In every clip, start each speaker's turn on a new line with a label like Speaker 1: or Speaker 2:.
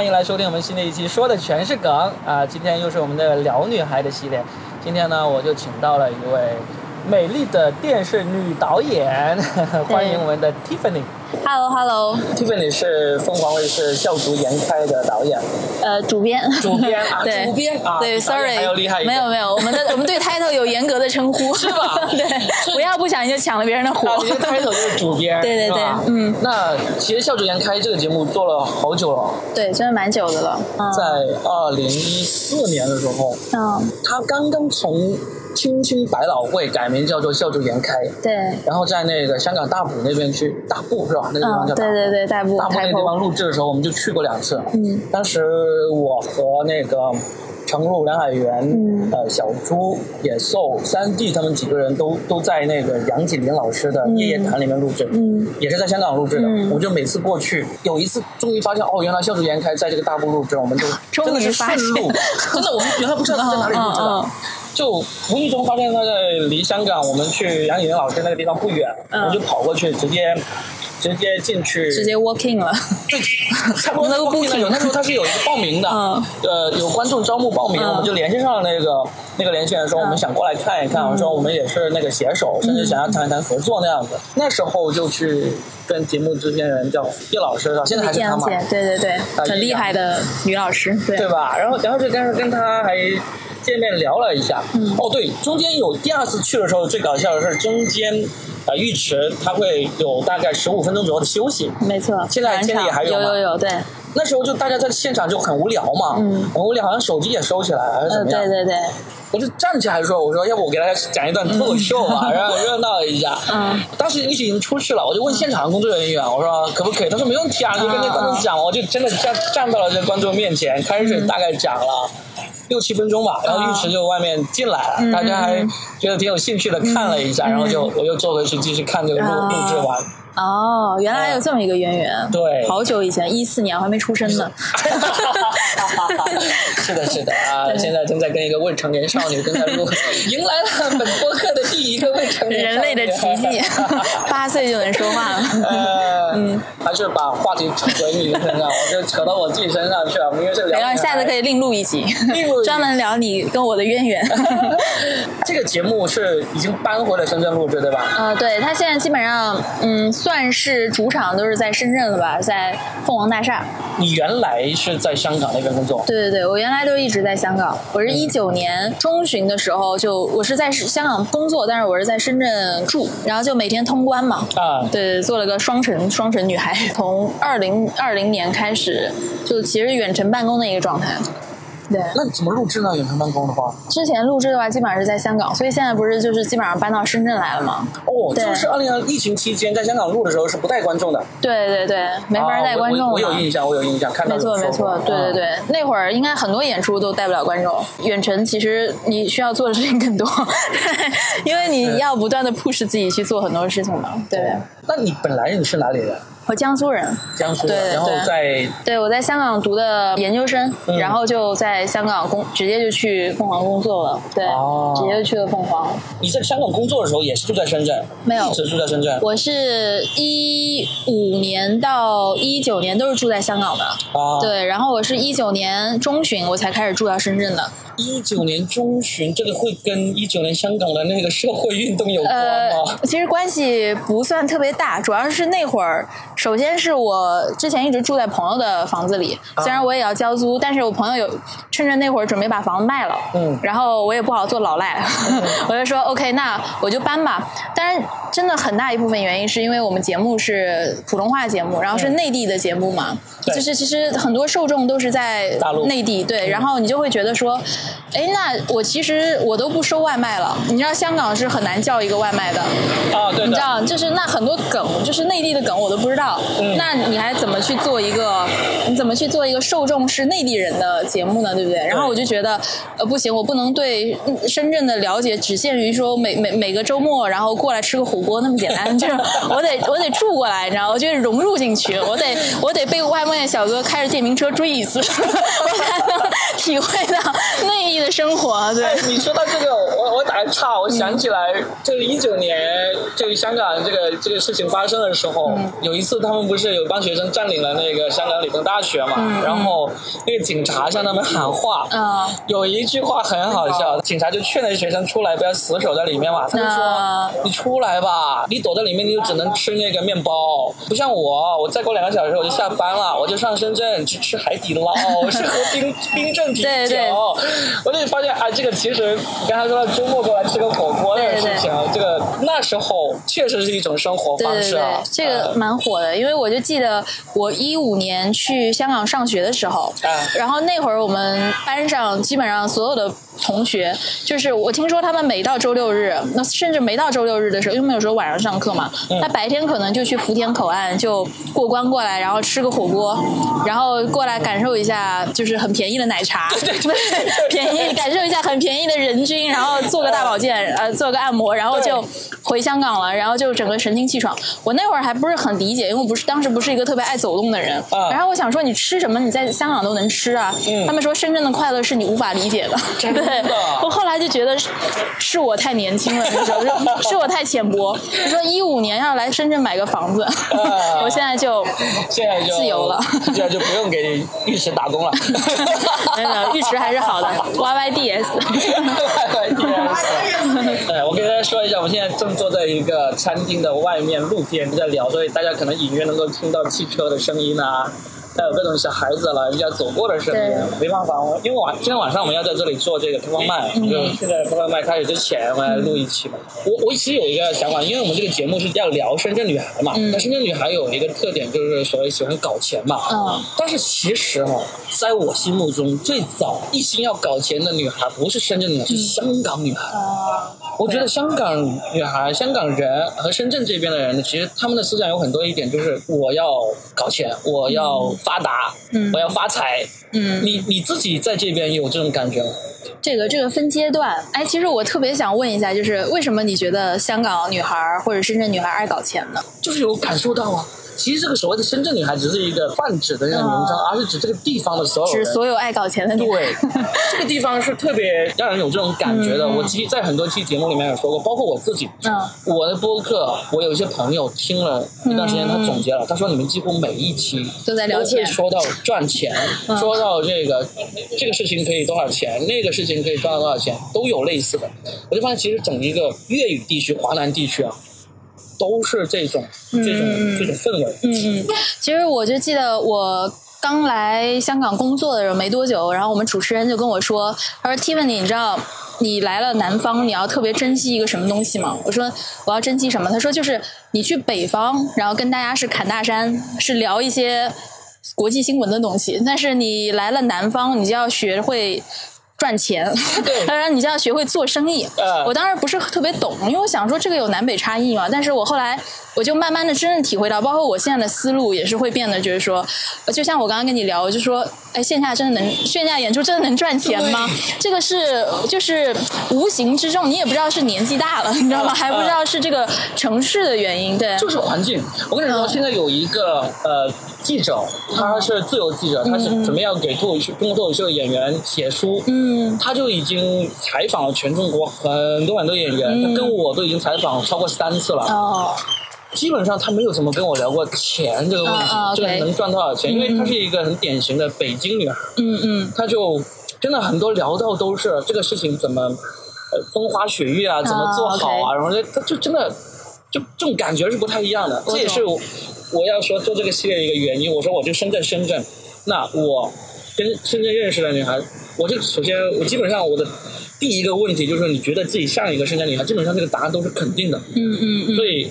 Speaker 1: 欢迎来收听我们新的一期，说的全是梗啊！今天又是我们的聊女孩的系列，今天呢，我就请到了一位美丽的电视女导演， 欢迎我们的 Tiffany。
Speaker 2: Hello Hello，
Speaker 1: Tiffany 是凤凰卫视《笑逐颜开》的导演、
Speaker 2: 呃，主编，
Speaker 1: 主编啊，
Speaker 2: 对
Speaker 1: 主编啊，
Speaker 2: 对
Speaker 1: 比导演
Speaker 2: ，sorry，
Speaker 1: 还要厉害一
Speaker 2: 没
Speaker 1: 点
Speaker 2: 有没有，我们的我们对 title 有严格的 称呼，是
Speaker 1: 吧
Speaker 2: 对，不要不小心就抢了别人的火
Speaker 1: 啊，， 你的 title 就是主编，
Speaker 2: 对对
Speaker 1: 是吧
Speaker 2: 对嗯。
Speaker 1: 那其实《笑逐颜开》这个节目做了好久了，
Speaker 2: 对，真的蛮久的了，嗯
Speaker 1: 在二零一四年的时候，
Speaker 2: 嗯，
Speaker 1: 他刚刚从青青百老汇改名叫做《笑逐颜开》，
Speaker 2: 对，
Speaker 1: 然后在那个香港大埔那边去大埔是吧？那个地方
Speaker 2: 嗯，
Speaker 1: 叫
Speaker 2: 对
Speaker 1: 大埔。
Speaker 2: 对对，大步
Speaker 1: 大埔那
Speaker 2: 开
Speaker 1: 个地方
Speaker 2: 口，
Speaker 1: 录制的时候，我们就去过两次。
Speaker 2: 嗯，
Speaker 1: 当时我和那个程璐、梁海源、
Speaker 2: 嗯
Speaker 1: 呃小猪、野兽、三弟他们几个人都都在那个杨锦麟老师的《夜夜谈》里面录制，
Speaker 2: 嗯，
Speaker 1: 也是在香港录制的。
Speaker 2: 嗯
Speaker 1: 我就每次过去，有一次终于发现，哦，原来《笑逐颜开》在这个大埔录制，我们就
Speaker 2: 终于
Speaker 1: 真的是顺路
Speaker 2: 发，
Speaker 1: 真的我们原来不知道他在哪里录制
Speaker 2: 嗯
Speaker 1: 的
Speaker 2: 嗯嗯。
Speaker 1: 就无意中发现他在离香港，我们去杨锦麟老师那个地方不远，
Speaker 2: 嗯
Speaker 1: 我们就跑过去，直接直接进去，
Speaker 2: 直接 walking 了，
Speaker 1: 差不多都
Speaker 2: Booking
Speaker 1: 了。有那时候他是有一个报名的，
Speaker 2: 嗯
Speaker 1: 呃，有观众招募报名，
Speaker 2: 嗯
Speaker 1: 我们就联系上了那个那个联系人说，我们想过来看一看，
Speaker 2: 嗯
Speaker 1: 我说我们也是那个携手，甚至想要谈一谈合作那样子。那时候就去跟节目制片人叫叶老师，到现在还是
Speaker 2: 这
Speaker 1: 他
Speaker 2: 样
Speaker 1: 嘛
Speaker 2: 子，，对对对，
Speaker 1: 一样
Speaker 2: 很厉害的女老师，对
Speaker 1: 对吧？然后然后就跟跟他还见面聊了一下。
Speaker 2: 嗯
Speaker 1: 哦，对，中间有第二次去的时候，最搞笑的是中间呃浴池它会有大概十五分钟左右的休息，
Speaker 2: 没错，
Speaker 1: 现在
Speaker 2: 晚
Speaker 1: 现在也还
Speaker 2: 场
Speaker 1: 有
Speaker 2: 有
Speaker 1: 吗
Speaker 2: 有有，对，
Speaker 1: 那时候就大家在现场就很无聊嘛，
Speaker 2: 嗯
Speaker 1: 很无聊，好像手机也收起来了还是怎
Speaker 2: 嗯，
Speaker 1: 么样？
Speaker 2: 对对对，
Speaker 1: 我就站起来说：“我说要不我给大家讲一段脱口秀吧， 让热闹一下。”
Speaker 2: 嗯，
Speaker 1: 当时已经出去了，我就问现场的工作人员：“我说可不可以？”他说：“没问题
Speaker 2: 嗯
Speaker 1: 啊，你就跟那观众讲。”我就真的站站到了这个观众面前，开始大概讲了。六七分钟吧，然后浴池就外面进来了，
Speaker 2: 嗯
Speaker 1: 大家还觉得挺有兴趣的，看了一下，然后就我又坐回去继续看这个录、
Speaker 2: 啊
Speaker 1: 录制完。
Speaker 2: 哦，原来还有这么一个渊源，
Speaker 1: 对，
Speaker 2: 好久以前，一四年我还没出生呢
Speaker 1: 是的，是的啊！现在正在跟一个未成年少女正在录，迎来了本播客的第一个未成年
Speaker 2: 人
Speaker 1: 少女
Speaker 2: 类的 奇迹， 八岁就能说话 了。
Speaker 1: 呃，还是把话题扯回你身上，我就扯到我自己身上去了。我们因为这个聊
Speaker 2: 没
Speaker 1: 女孩，
Speaker 2: 关系，下次可以另录一集
Speaker 1: 另录一集，
Speaker 2: 专门聊你跟我的渊源。
Speaker 1: 这个节目是已经搬回了深圳录制，对吧？
Speaker 2: 呃，对他现在基本上，嗯，算是主场都是在深圳了吧，在凤凰大厦。
Speaker 1: 你原来是在香港那边工作，
Speaker 2: 对对对，我原来都一直在香港，我是一九年中旬的时候就我是在香港工作，但是我是在深圳住，然后就每天通关嘛，
Speaker 1: 啊
Speaker 2: 对，做了个双城双城女孩，从二零二零年开始，就其实远程办公的一个状态。对，
Speaker 1: 那怎么录制呢？远程办公的话，
Speaker 2: 之前录制的话基本上是在香港，所以现在不是就是基本上搬到深圳来了嘛？
Speaker 1: 哦，
Speaker 2: 对
Speaker 1: 就是二零二疫情期间在香港录的时候是不带观众的，
Speaker 2: 对对对，没法
Speaker 1: 啊
Speaker 2: 带
Speaker 1: 我
Speaker 2: 观众
Speaker 1: 我
Speaker 2: 了。
Speaker 1: 我有印象，我有印象，看到
Speaker 2: 没错，嗯
Speaker 1: 有
Speaker 2: 没
Speaker 1: 说过
Speaker 2: 错，对对
Speaker 1: 啊
Speaker 2: 对，那会儿应该很多演出都带不了观众。远程其实你需要做的事情更多， 因为你要不断的 push 自己去做很多事情嘛。对，
Speaker 1: 哦那你本来你是哪里人？
Speaker 2: 我江苏人，
Speaker 1: 江苏的，
Speaker 2: 对
Speaker 1: 然后
Speaker 2: 对
Speaker 1: 在
Speaker 2: 对我在香港读的研究生，
Speaker 1: 嗯
Speaker 2: 然后就在香港工，直接就去凤凰工作了。对，
Speaker 1: 哦
Speaker 2: 直接就去了凤凰。
Speaker 1: 你在香港工作的时候也是住在深圳，
Speaker 2: 没有
Speaker 1: 一直住在深圳
Speaker 2: 我是一五年到一九年都是住在香港的，
Speaker 1: 啊。，
Speaker 2: 对，然后我是一九年中旬我才开始住到深圳的。
Speaker 1: 一九年中旬，这个会跟一九年香港的那个社会运动有关
Speaker 2: 呃
Speaker 1: 吗？，
Speaker 2: 其实关系不算特别大，主要是那会儿，首先是我之前一直住在朋友的房子里，
Speaker 1: 啊
Speaker 2: 虽然我也要交租，但是我朋友有趁着那会儿准备把房子卖了，
Speaker 1: 嗯
Speaker 2: 然后我也不好做老赖， 我就说 OK，那我就搬吧。但是真的很大一部分原因是因为我们节目是普通话节目，然后是内地的节目嘛，
Speaker 1: 嗯对
Speaker 2: 就是其实很多受众都是在
Speaker 1: 大陆嗯
Speaker 2: 内地，对，然后你就会觉得说，哎，那我其实我都不收外卖了，你知道香港是很难叫一个外卖的，
Speaker 1: 啊，对
Speaker 2: 呃你知
Speaker 1: 的。
Speaker 2: 道，就是那很多梗，就是内地的梗我都不知道，
Speaker 1: 嗯
Speaker 2: 那你还怎么去做一个，你怎么去做一个受众是内地人的节目呢？对不对？然后我就觉得，呃，不行，我不能对嗯深圳的了解只限于说每每每个周末然后过来吃个火锅那么简单，就是 我得我得住过来，你知道，我 就融入进去，我得我得被外卖小哥开着电瓶车追一次，我才体会到内地的生活。对，
Speaker 1: 哎你说到这个，我我打个岔，我想起来，就是一九年，就是香港这个这个事情发生的时候，
Speaker 2: 嗯
Speaker 1: 有一次他们不是有帮学生占领了那个香港理工大学嘛，然后那个警察向他们喊话，
Speaker 2: 嗯
Speaker 1: 有一句话很好笑，警察就劝那学生出来，不要死守在里面嘛。他就说：“
Speaker 2: 啊
Speaker 1: 你出来吧，你躲在里面，你就只能吃那个面包。不像我，我再过两个小时我就下班了，我就上深圳去吃海底捞，去喝冰冰镇啤酒。
Speaker 2: 对对
Speaker 1: 哦我就发现啊，这个其实你刚才说到周末过来吃个火锅这个事情，这个那时候确实是一种生活
Speaker 2: 对
Speaker 1: 方
Speaker 2: 对
Speaker 1: 式
Speaker 2: 对
Speaker 1: 啊。，
Speaker 2: 这个蛮火的，因为我就记得我一五年去香港上学的时候，
Speaker 1: 嗯
Speaker 2: 然后那会儿我们班上基本上所有的同学，就是我听说他们每到周六日，那甚至没到周六日的时候，因为有时候晚上上课嘛，他白天可能就去福田口岸就过关过来，然后吃个火锅，然后过来感受一下就是很便宜的奶茶，对对对，便宜感受一下很便宜的人均，然后做个大保健，呃，做个按摩，然后就回香港了，然后就整个神清气爽。我那会儿还不是很理解，因为我不是当时不是一个特别爱走动的人，
Speaker 1: 啊
Speaker 2: 然后我想说你吃什么，你在香港都能吃啊。
Speaker 1: 嗯
Speaker 2: 他们说深圳的快乐是你无法理解的，
Speaker 1: 真的
Speaker 2: 对。我后来就觉得是是我太年轻了，那时 候是是我太浅薄。你说一五年要来深圳买个房子，
Speaker 1: 啊
Speaker 2: 我现 在就
Speaker 1: 现在就
Speaker 2: 自由了
Speaker 1: 现在就不用给浴池打工了。
Speaker 2: 没有没有，浴池还是好的，YYDS。
Speaker 1: 哎对，我跟大家说一下，我们现在正坐在一个餐厅的外面露天在聊，所以大家可能隐约能够听到汽车的声音啊，还有各种小孩子、老人家走过的声音。没办法，我因为晚今天晚上我们要在这里做这个开放麦，就现在开放麦开始之前，我们来录一期嘛。我我其实有一个想法，因为我们这个节目是要聊深圳女孩嘛，那、深圳女孩有一个特点就是所谓喜欢搞钱嘛，
Speaker 2: 嗯
Speaker 1: 但是其实哈、在我心目中，最早一心要搞钱的女孩不是深圳女孩，
Speaker 2: 嗯
Speaker 1: 是香港女
Speaker 2: 哦
Speaker 1: 孩。我觉得香港女孩、香港人和深圳这边的人呢，其实他们的思想有很多一点，就是我要搞钱，我要发达，
Speaker 2: 嗯
Speaker 1: 我要发财。
Speaker 2: 嗯，
Speaker 1: 你你自己在这边有这种感觉吗？
Speaker 2: 这个这个分阶段，哎，其实我特别想问一下，就是为什么你觉得香港女孩儿或者深圳女孩儿爱搞钱呢？
Speaker 1: 就是有感受到啊。其实这个所谓的深圳女孩只是一个泛指的那种名称，而是指这个地方的所有
Speaker 2: 指
Speaker 1: 人。
Speaker 2: 哦所有爱搞钱的女孩儿。
Speaker 1: 对，这个地方是特别让人有这种感觉的。我其实，在很多期节目里面有说过，包括我自己，
Speaker 2: 嗯
Speaker 1: 我的播客，我有一些朋友听了一段时间，他总结了，他说你们几乎每一期
Speaker 2: 都在聊
Speaker 1: 都会
Speaker 2: 钱
Speaker 1: 说到赚钱，说到这个这个事情可以多少钱，那个事情可以赚到多少钱，都有类似的。我就发现，其实整一个粤语地区、华南地区啊。都是这种这种、这种氛围，
Speaker 2: 嗯，嗯，其实我就记得我。刚来香港工作的时候没多久，然后我们主持人就跟我说：“他说 Tiffany，你知道你来了南方，你要特别珍惜一个什么东西吗？”我说：“我要珍惜什么？”他说：“就是你去北方，然后跟大家是侃大山，是聊一些国际新闻的东西；但是你来了南方，你就要学会赚钱，
Speaker 1: 对
Speaker 2: 当然你就要学会做生意。
Speaker 1: 呃
Speaker 2: 我当时不是特别懂，因为我想说这个有南北差异嘛。但是我后来我就慢慢的真正体会到，包括我现在的思路也是会变得，就是说，呃就像我刚刚跟你聊，我就说，哎，线下真的能线下演出真的能赚钱吗？这个是就是无形之中，你也不知道是年纪大了，你知道吗？
Speaker 1: 呃
Speaker 2: 还不知道是这个城市的原因，对，
Speaker 1: 就是环境。我跟你说，
Speaker 2: 嗯
Speaker 1: 现在有一个呃记者，他是自由记者，他是准备要给脱口秀中国脱口秀演员写书，
Speaker 2: 嗯，
Speaker 1: 他就已经采访了全中国很多很多演员，
Speaker 2: 嗯
Speaker 1: 他跟我都已经采访超过三次了。
Speaker 2: 哦，
Speaker 1: 基本上他没有怎么跟我聊过钱这个问题，
Speaker 2: 嗯嗯
Speaker 1: 就是
Speaker 2: OK
Speaker 1: 能赚多少钱，因为她是一个很典型的北京女孩，
Speaker 2: 嗯嗯。
Speaker 1: 她就真的很多聊到都是这个事情怎么呃风花雪月啊，怎么做好啊，然后她就真的就这种感觉是不太一样的，
Speaker 2: 懂
Speaker 1: 这也是我我要说做这个系列的一个原因。我说我就身在深圳，那我跟深圳认识的女孩，我就首先我基本上我的第一个问题就是你觉得自己像一个深圳女孩，基本上这个答案都是肯定的，
Speaker 2: 嗯嗯嗯
Speaker 1: 所以。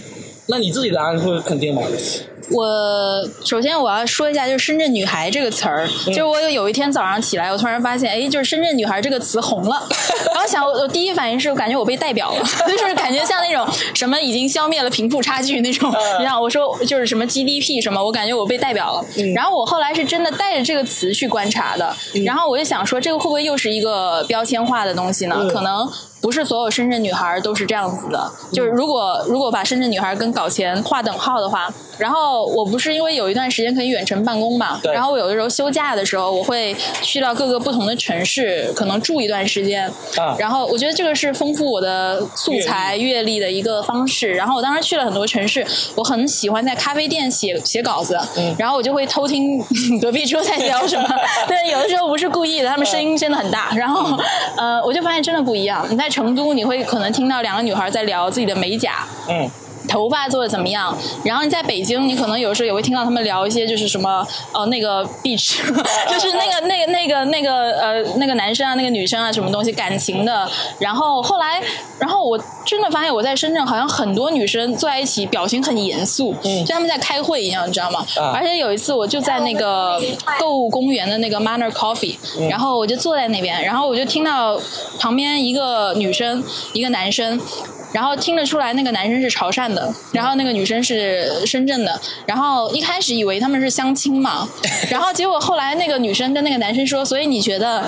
Speaker 1: 那你自己答案会肯定吗？
Speaker 2: 我首先我要说一下，就是“深圳女孩”这个词儿，就是我有有一天早上起来，我突然发现，哎，就是“深圳女孩”这个词红了，然后想，我第一反应是，我感觉我被代表了，就是感觉像那种什么已经消灭了贫富差距那种，你知道，我说就是什么 GDP 什么，我感觉我被代表了。然后我后来是真的带着这个词去观察的，然后我就想说，这个会不会又是一个标签化的东西呢？可能不是所有深圳女孩都是这样子的。就是如果如果把深圳女孩跟搞钱划等号的话，然后我不是因为有一段时间可以远程办公嘛，
Speaker 1: 对
Speaker 2: 然后我有的时候休假的时候，我会去到各个不同的城市，可能住一段时间。
Speaker 1: 啊，
Speaker 2: 然后我觉得这个是丰富我的素材阅历的一个方式。然后我当时去了很多城市，我很喜欢在咖啡店写写稿子，
Speaker 1: 嗯
Speaker 2: 然后我就会偷听隔壁桌在聊什么。 对，有的时候不是故意的，他们声音真的很大。然后
Speaker 1: 嗯
Speaker 2: 呃，我就发现真的不一样。你在成都，你会可能听到两个女孩在聊自己的美甲，
Speaker 1: 嗯，
Speaker 2: 头发做的怎么样？然后你在北京，你可能有时候也会听到他们聊一些，就是什么呃那个 beach，就是 那个那个那个那个呃那个男生啊，那个女生啊，什么东西感情的。然后后来，然后我真的发现我在深圳好像很多女生坐在一起表情很严肃，
Speaker 1: 嗯
Speaker 2: 就他们在开会一样，你知道吗？
Speaker 1: 啊
Speaker 2: 而且有一次我就在那个购物公园的那个 Manner Coffee，、然后我就坐在那边，然后我就听到旁边一个女生，一个男生。然后听得出来，那个男生是潮汕的，然后那个女生是深圳的。然后一开始以为他们是相亲嘛，然后结果后来那个女生跟那个男生说：“所以你觉得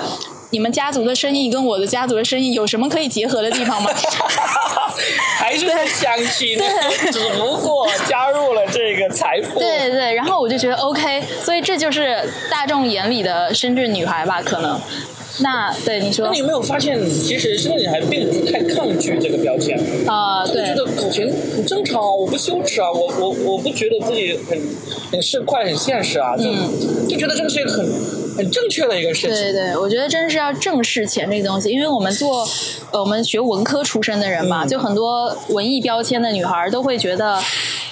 Speaker 2: 你们家族的生意跟我的家族的生意有什么可以结合的地方吗？”
Speaker 1: 还是在相亲，只不过加入了这个财富。
Speaker 2: 对对，然后我就觉得 OK，所以这就是大众眼里的深圳女孩吧，可能。那对你说
Speaker 1: 那你，有没有发现，其实深圳女孩并不是太抗拒这个标签？
Speaker 2: 啊、
Speaker 1: 我觉
Speaker 2: 对
Speaker 1: 得搞钱很正常啊，我不羞耻啊，我我我不觉得自己很很市侩、很现实啊，就、
Speaker 2: 嗯
Speaker 1: 就觉得这是一个很很正确的一个事情。
Speaker 2: 对对，我觉得真是要正视钱这个东西，因为我们做呃我们学文科出身的人嘛，
Speaker 1: 嗯
Speaker 2: 就很多文艺标签的女孩都会觉得。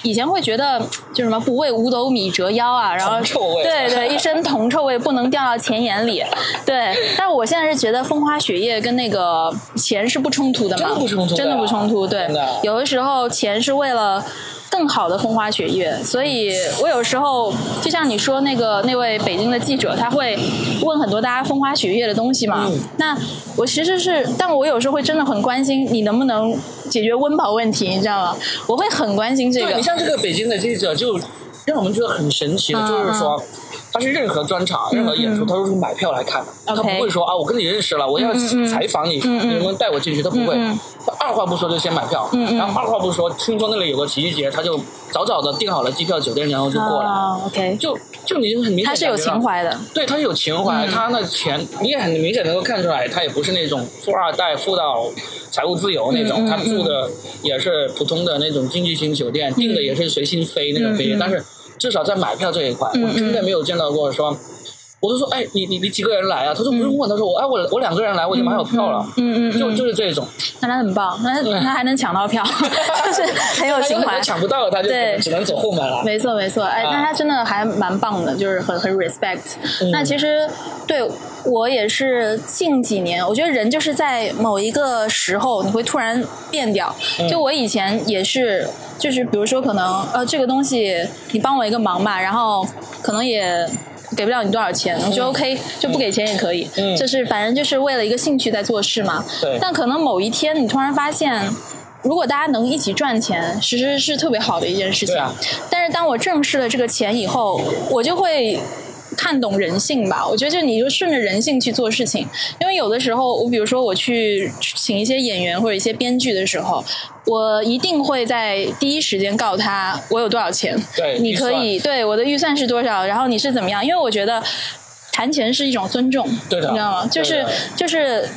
Speaker 2: 以前会觉得就什么不为五斗米折腰啊，然后
Speaker 1: 铜臭味
Speaker 2: 对对，一身铜臭味不能掉到钱眼里，对。但是我现在是觉得风花雪月跟那个钱是不冲突的嘛，
Speaker 1: 真的不冲突的
Speaker 2: 真的不冲突，对
Speaker 1: 真的。啊
Speaker 2: 有的时候钱是为了更好的风花雪月，所以我有时候就像你说那个那位北京的记者，他会问很多大家风花雪月的东西嘛。
Speaker 1: 嗯
Speaker 2: 那我其实是，但我有时候会真的很关心你能不能解决温饱问题，你知道吗？我会很关心这
Speaker 1: 对
Speaker 2: 个
Speaker 1: 你。像这个北京的记者，就让我们觉得很神奇
Speaker 2: 嗯
Speaker 1: 的，就是说。他是任何专场、任何演出，他都是买票来看的。他
Speaker 2: OK 嗯
Speaker 1: 不会说啊，我跟你认识了，我要采访你，你能不能带我进去？他不会，他二话不说就先买票，
Speaker 2: 嗯
Speaker 1: 然后二话不说，听说那里有个体育节，他就早早的订好了机票、酒店，然后就过来。
Speaker 2: 啊，OK，
Speaker 1: 就就你很明显，
Speaker 2: 他是有情，怀的，
Speaker 1: 对，他是有情
Speaker 2: 嗯
Speaker 1: 怀，他那钱你也很明显能够看出来，他也不是那种富二代富到财务自由那
Speaker 2: 嗯
Speaker 1: 种，他住的也是普通的那种经济型酒
Speaker 2: 嗯
Speaker 1: 店，订的也是随心飞那种飞机，但是至少在买票这一块，
Speaker 2: 嗯
Speaker 1: 我真的没有见到过说。我就说，哎，你你你几个人来啊？他说不用问，他说我哎我我两个人来，我已经买好票了，
Speaker 2: 嗯嗯嗯
Speaker 1: 就就是这种，
Speaker 2: 那他很棒，那
Speaker 1: 对
Speaker 2: 那还能抢到票， 就是很有
Speaker 1: 他
Speaker 2: 情怀。
Speaker 1: 哎抢不到他就可能
Speaker 2: 对
Speaker 1: 只能走后门了。
Speaker 2: 没错，没错，哎，
Speaker 1: 啊嗯
Speaker 2: 那他真的还蛮棒的，就是很很 respect。那其实对我也是近几年，我觉得人就是在某一个时候，你会突然变掉。
Speaker 1: 嗯
Speaker 2: 就我以前也是，就是比如说可能呃这个东西你帮我一个忙吧，然后可能也。给不了你多少钱，我觉得 OK，、就不给钱也可以，
Speaker 1: 嗯
Speaker 2: 就是反正就是为了一个兴趣在做事嘛。
Speaker 1: 对
Speaker 2: 但可能某一天你突然发现，如果大家能一起赚钱，其实是特别好的一件事情。
Speaker 1: 对啊
Speaker 2: 但是当我正视了这个钱以后，我就会。看懂人性吧，我觉得就你就顺着人性去做事情，因为有的时候，我比如说我去请一些演员或者一些编剧的时候，我一定会在第一时间告他我有多少钱，
Speaker 1: 对
Speaker 2: 你
Speaker 1: 预
Speaker 2: 可
Speaker 1: 算
Speaker 2: 以对我的预算是多少，然后你是怎么样，因为我觉得谈钱是一种尊重，
Speaker 1: 对的
Speaker 2: 你知道吗？就
Speaker 1: 对
Speaker 2: 是
Speaker 1: 的
Speaker 2: 就是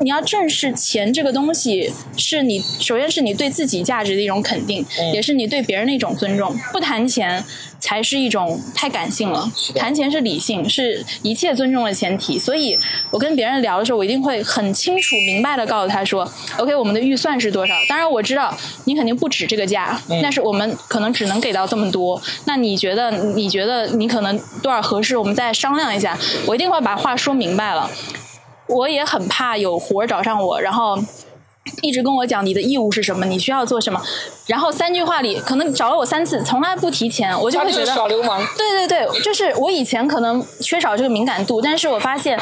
Speaker 2: 你要正视钱这个东西，是你首先是你对自己价值的一种肯定，
Speaker 1: 嗯
Speaker 2: 也是你对别人的一种尊重。不谈钱才是一种太感性了
Speaker 1: 是，的
Speaker 2: 谈钱是理性，是一切尊重的前提。所以我跟别人聊的时候，我一定会很清楚明白的告诉他说：“OK，我们的预算是多少？”当然我知道你肯定不止这个价，
Speaker 1: 嗯
Speaker 2: 但是我们可能只能给到这么多。那你觉得你觉得你可能多少合适？我们再商量一下。我一定会把话说明白了。我也很怕有活儿找上我，然后一直跟我讲你的义务是什么，你需要做什么，然后三句话里可能找了我三次，从来不提钱，我就
Speaker 1: 他
Speaker 2: 会
Speaker 1: 就
Speaker 2: 觉
Speaker 1: 是
Speaker 2: 得
Speaker 1: 耍流氓，
Speaker 2: 对对对，就是我以前可能缺少这个敏感度，但是我发现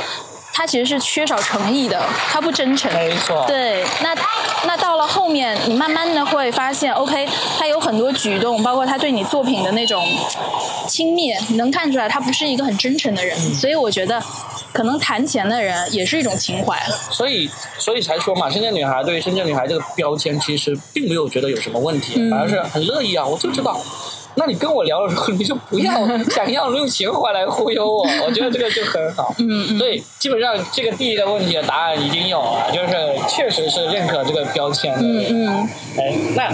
Speaker 2: 他其实是缺少诚意的，他不真诚。
Speaker 1: 没错，
Speaker 2: 对，那那到了后面，你慢慢的会发现，OK，他有很多举动，包括他对你作品
Speaker 1: 嗯
Speaker 2: 的那种轻蔑，你能看出来他不是一个很真诚的人。所以我觉得可能谈钱的人也是一种情怀。
Speaker 1: 所以所以才说嘛，深圳女孩对于深圳女孩这个标签，其实并没有觉得有什么问
Speaker 2: 嗯
Speaker 1: 题，反而是很乐意啊，我就知道。那你跟我聊的时候， 你就不 要想要用情怀来忽悠我，我觉得这个就很好。
Speaker 2: 嗯嗯
Speaker 1: 所以基本上这个第一个问题的答案已经有了，就是确实是认可这个标签的。
Speaker 2: 嗯嗯，
Speaker 1: 哎，那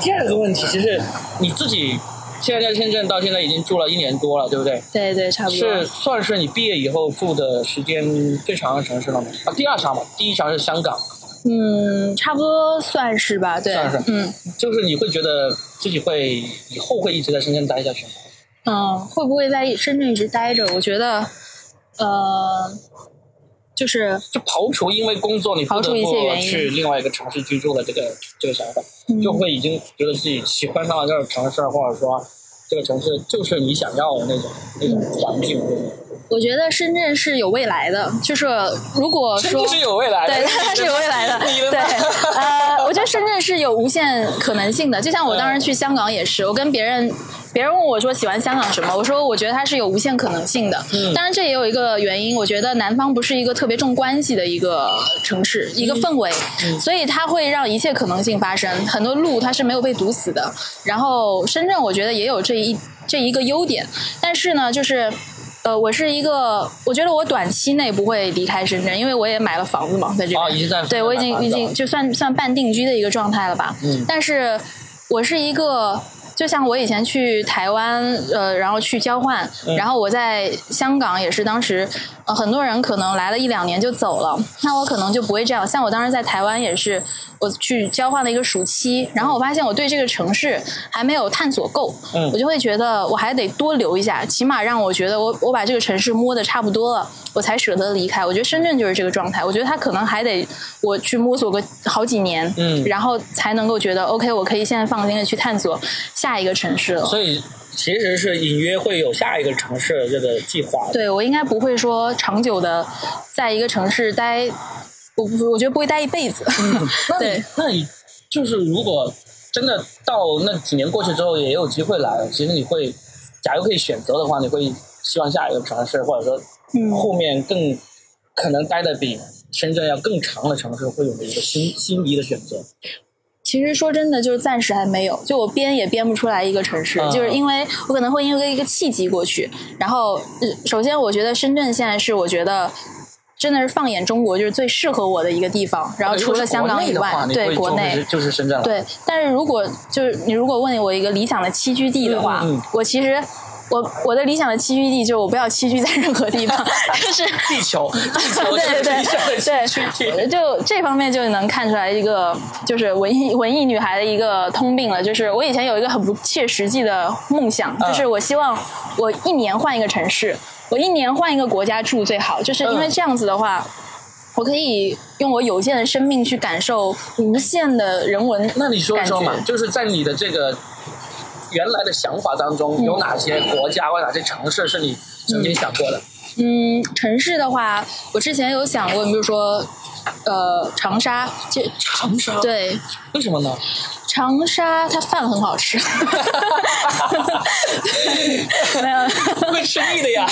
Speaker 1: 第二个问题就是你自己现在在深圳到现在已经住了一年多了，对不对？
Speaker 2: 对对，差不多。
Speaker 1: 是算是你毕业以后住的时间最长的城市了吗？啊，第二长吧，第一长是香港。
Speaker 2: 嗯，差不多算是吧，对，
Speaker 1: 算是
Speaker 2: 嗯
Speaker 1: 就是你会觉得自己会以后会一直在深圳待下去吗？
Speaker 2: 嗯，会不会在深圳一直待着？我觉得，呃，就是
Speaker 1: 就刨除因为工作你不
Speaker 2: 刨
Speaker 1: 得
Speaker 2: 除一些
Speaker 1: 不
Speaker 2: 原因
Speaker 1: 去另外一个城市居住的这个这个想法，
Speaker 2: 嗯
Speaker 1: 就会已经觉得自己喜欢上了这个城市，或者说这个城市就是你想要的那种那种环境，
Speaker 2: 我觉得深圳是有未来的，就是如果
Speaker 1: 深
Speaker 2: 说
Speaker 1: 圳是有未来的，
Speaker 2: 对，它是有未来的。
Speaker 1: 你的
Speaker 2: 对，呃，我觉得深圳是有无限可能性的。就像我当时
Speaker 1: 嗯
Speaker 2: 去香港也是，我跟别人，别人问我说喜欢香港什么，我说我觉得它是有无限可能性的。
Speaker 1: 嗯
Speaker 2: 当然这也有一个原因，我觉得南方不是一个特别重关系的一个城市，一个氛围，
Speaker 1: 嗯
Speaker 2: 所以它会让一切可能性发生。很多路它是没有被堵死的。然后深圳，我觉得也有这一这一个优点，但是呢，就是。呃，我是一个，我觉得我短期内不会离开深圳，因为我也买了房子嘛，在这边。
Speaker 1: 啊，已经在
Speaker 2: 对我已
Speaker 1: 买
Speaker 2: 经
Speaker 1: 房
Speaker 2: 已
Speaker 1: 子了
Speaker 2: 经就算算半定居的一个状态了吧。
Speaker 1: 嗯
Speaker 2: 但是我是一个。就像我以前去台湾，呃，然后去交换，
Speaker 1: 嗯
Speaker 2: 然后我在香港也是，当时呃很多人可能来了一两年就走了，那我可能就不会这样。像我当时在台湾也是，我去交换了一个暑期，然后我发现我对这个城市还没有探索够，
Speaker 1: 嗯
Speaker 2: 我就会觉得我还得多留一下，起码让我觉得我我把这个城市摸的差不多了，我才舍得离开。我觉得深圳就是这个状态，我觉得它可能还得我去摸索个好几年，
Speaker 1: 嗯
Speaker 2: 然后才能够觉得 OK，我可以现在放心的去探索下一个城市了。
Speaker 1: 所以其实是隐约会有下一个城市的这个计划的。
Speaker 2: 对我应该不会说长久的在一个城市待，我不我觉得不会待一辈子。
Speaker 1: 那
Speaker 2: 对
Speaker 1: 你，那你就是如果真的到那几年过去之后，也有机会来了，其实你会，假如可以选择的话，你会希望下一个城市，或者说
Speaker 2: 嗯
Speaker 1: 后面更可能待的比深圳要更长的城市，会有一个心心仪的选择。
Speaker 2: 其实说真的，就是暂时还没有，就我编也编不出来一个城市，
Speaker 1: 嗯
Speaker 2: 就是因为我可能会因为一个契机过去。然后，呃首先我觉得深圳现在是我觉得真的是放眼中国就是最适合我的一个地方。然后除了香港以
Speaker 1: 呃如果是
Speaker 2: 外
Speaker 1: 国，内的话
Speaker 2: 对
Speaker 1: 你会
Speaker 2: 国
Speaker 1: 就是
Speaker 2: 内。
Speaker 1: 就是深圳了。
Speaker 2: 对， 但是如果就是你如果问我一个理想的栖居地的话，
Speaker 1: 嗯嗯嗯
Speaker 2: 我其实我我的理想的栖居地就是我不要栖居在任何地方，就是
Speaker 1: 地球，地球
Speaker 2: 对
Speaker 1: 是
Speaker 2: 对
Speaker 1: 地球的
Speaker 2: 对
Speaker 1: 区区
Speaker 2: 呃就这方面就能看出来一个就是文艺文艺女孩的一个通病了，就是我以前有一个很不切实际的梦想，
Speaker 1: 嗯
Speaker 2: 就是我希望我一年换一个城市，我一年换一个国家住最好，就是因为
Speaker 1: 嗯
Speaker 2: 这样子的话。我可以用我有限的生命去感受无限的人文感觉。
Speaker 1: 那你说说嘛，就是在你的这个原来的想法当
Speaker 2: 嗯
Speaker 1: 中，有哪些国家或者哪些城市是你曾经想过的？
Speaker 2: 嗯，城市的话，我之前有想过，比如说，呃，长沙，这
Speaker 1: 长沙，，
Speaker 2: 对
Speaker 1: 为什么 呢？
Speaker 2: 长沙它饭很好吃，没 有
Speaker 1: 会吃腻的呀。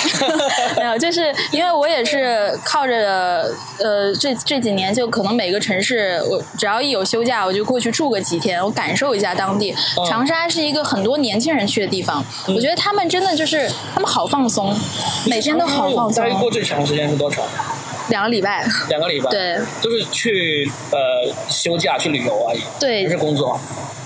Speaker 2: 没有，就是因为我也是靠着呃这这几年，就可能每个城市，我只要一有休假，我就过去住个几天，我感受一下当地。
Speaker 1: 嗯
Speaker 2: 长沙是一个很多年轻人去的地方，我觉得他们真的就是他们好放松， 每天都好放
Speaker 1: 待过
Speaker 2: 松，啊
Speaker 1: 最长时间是多长？
Speaker 2: 两个礼拜。
Speaker 1: 两个礼拜。，
Speaker 2: 对，
Speaker 1: 就是去呃休假去旅游而已，
Speaker 2: 对
Speaker 1: 不是工作。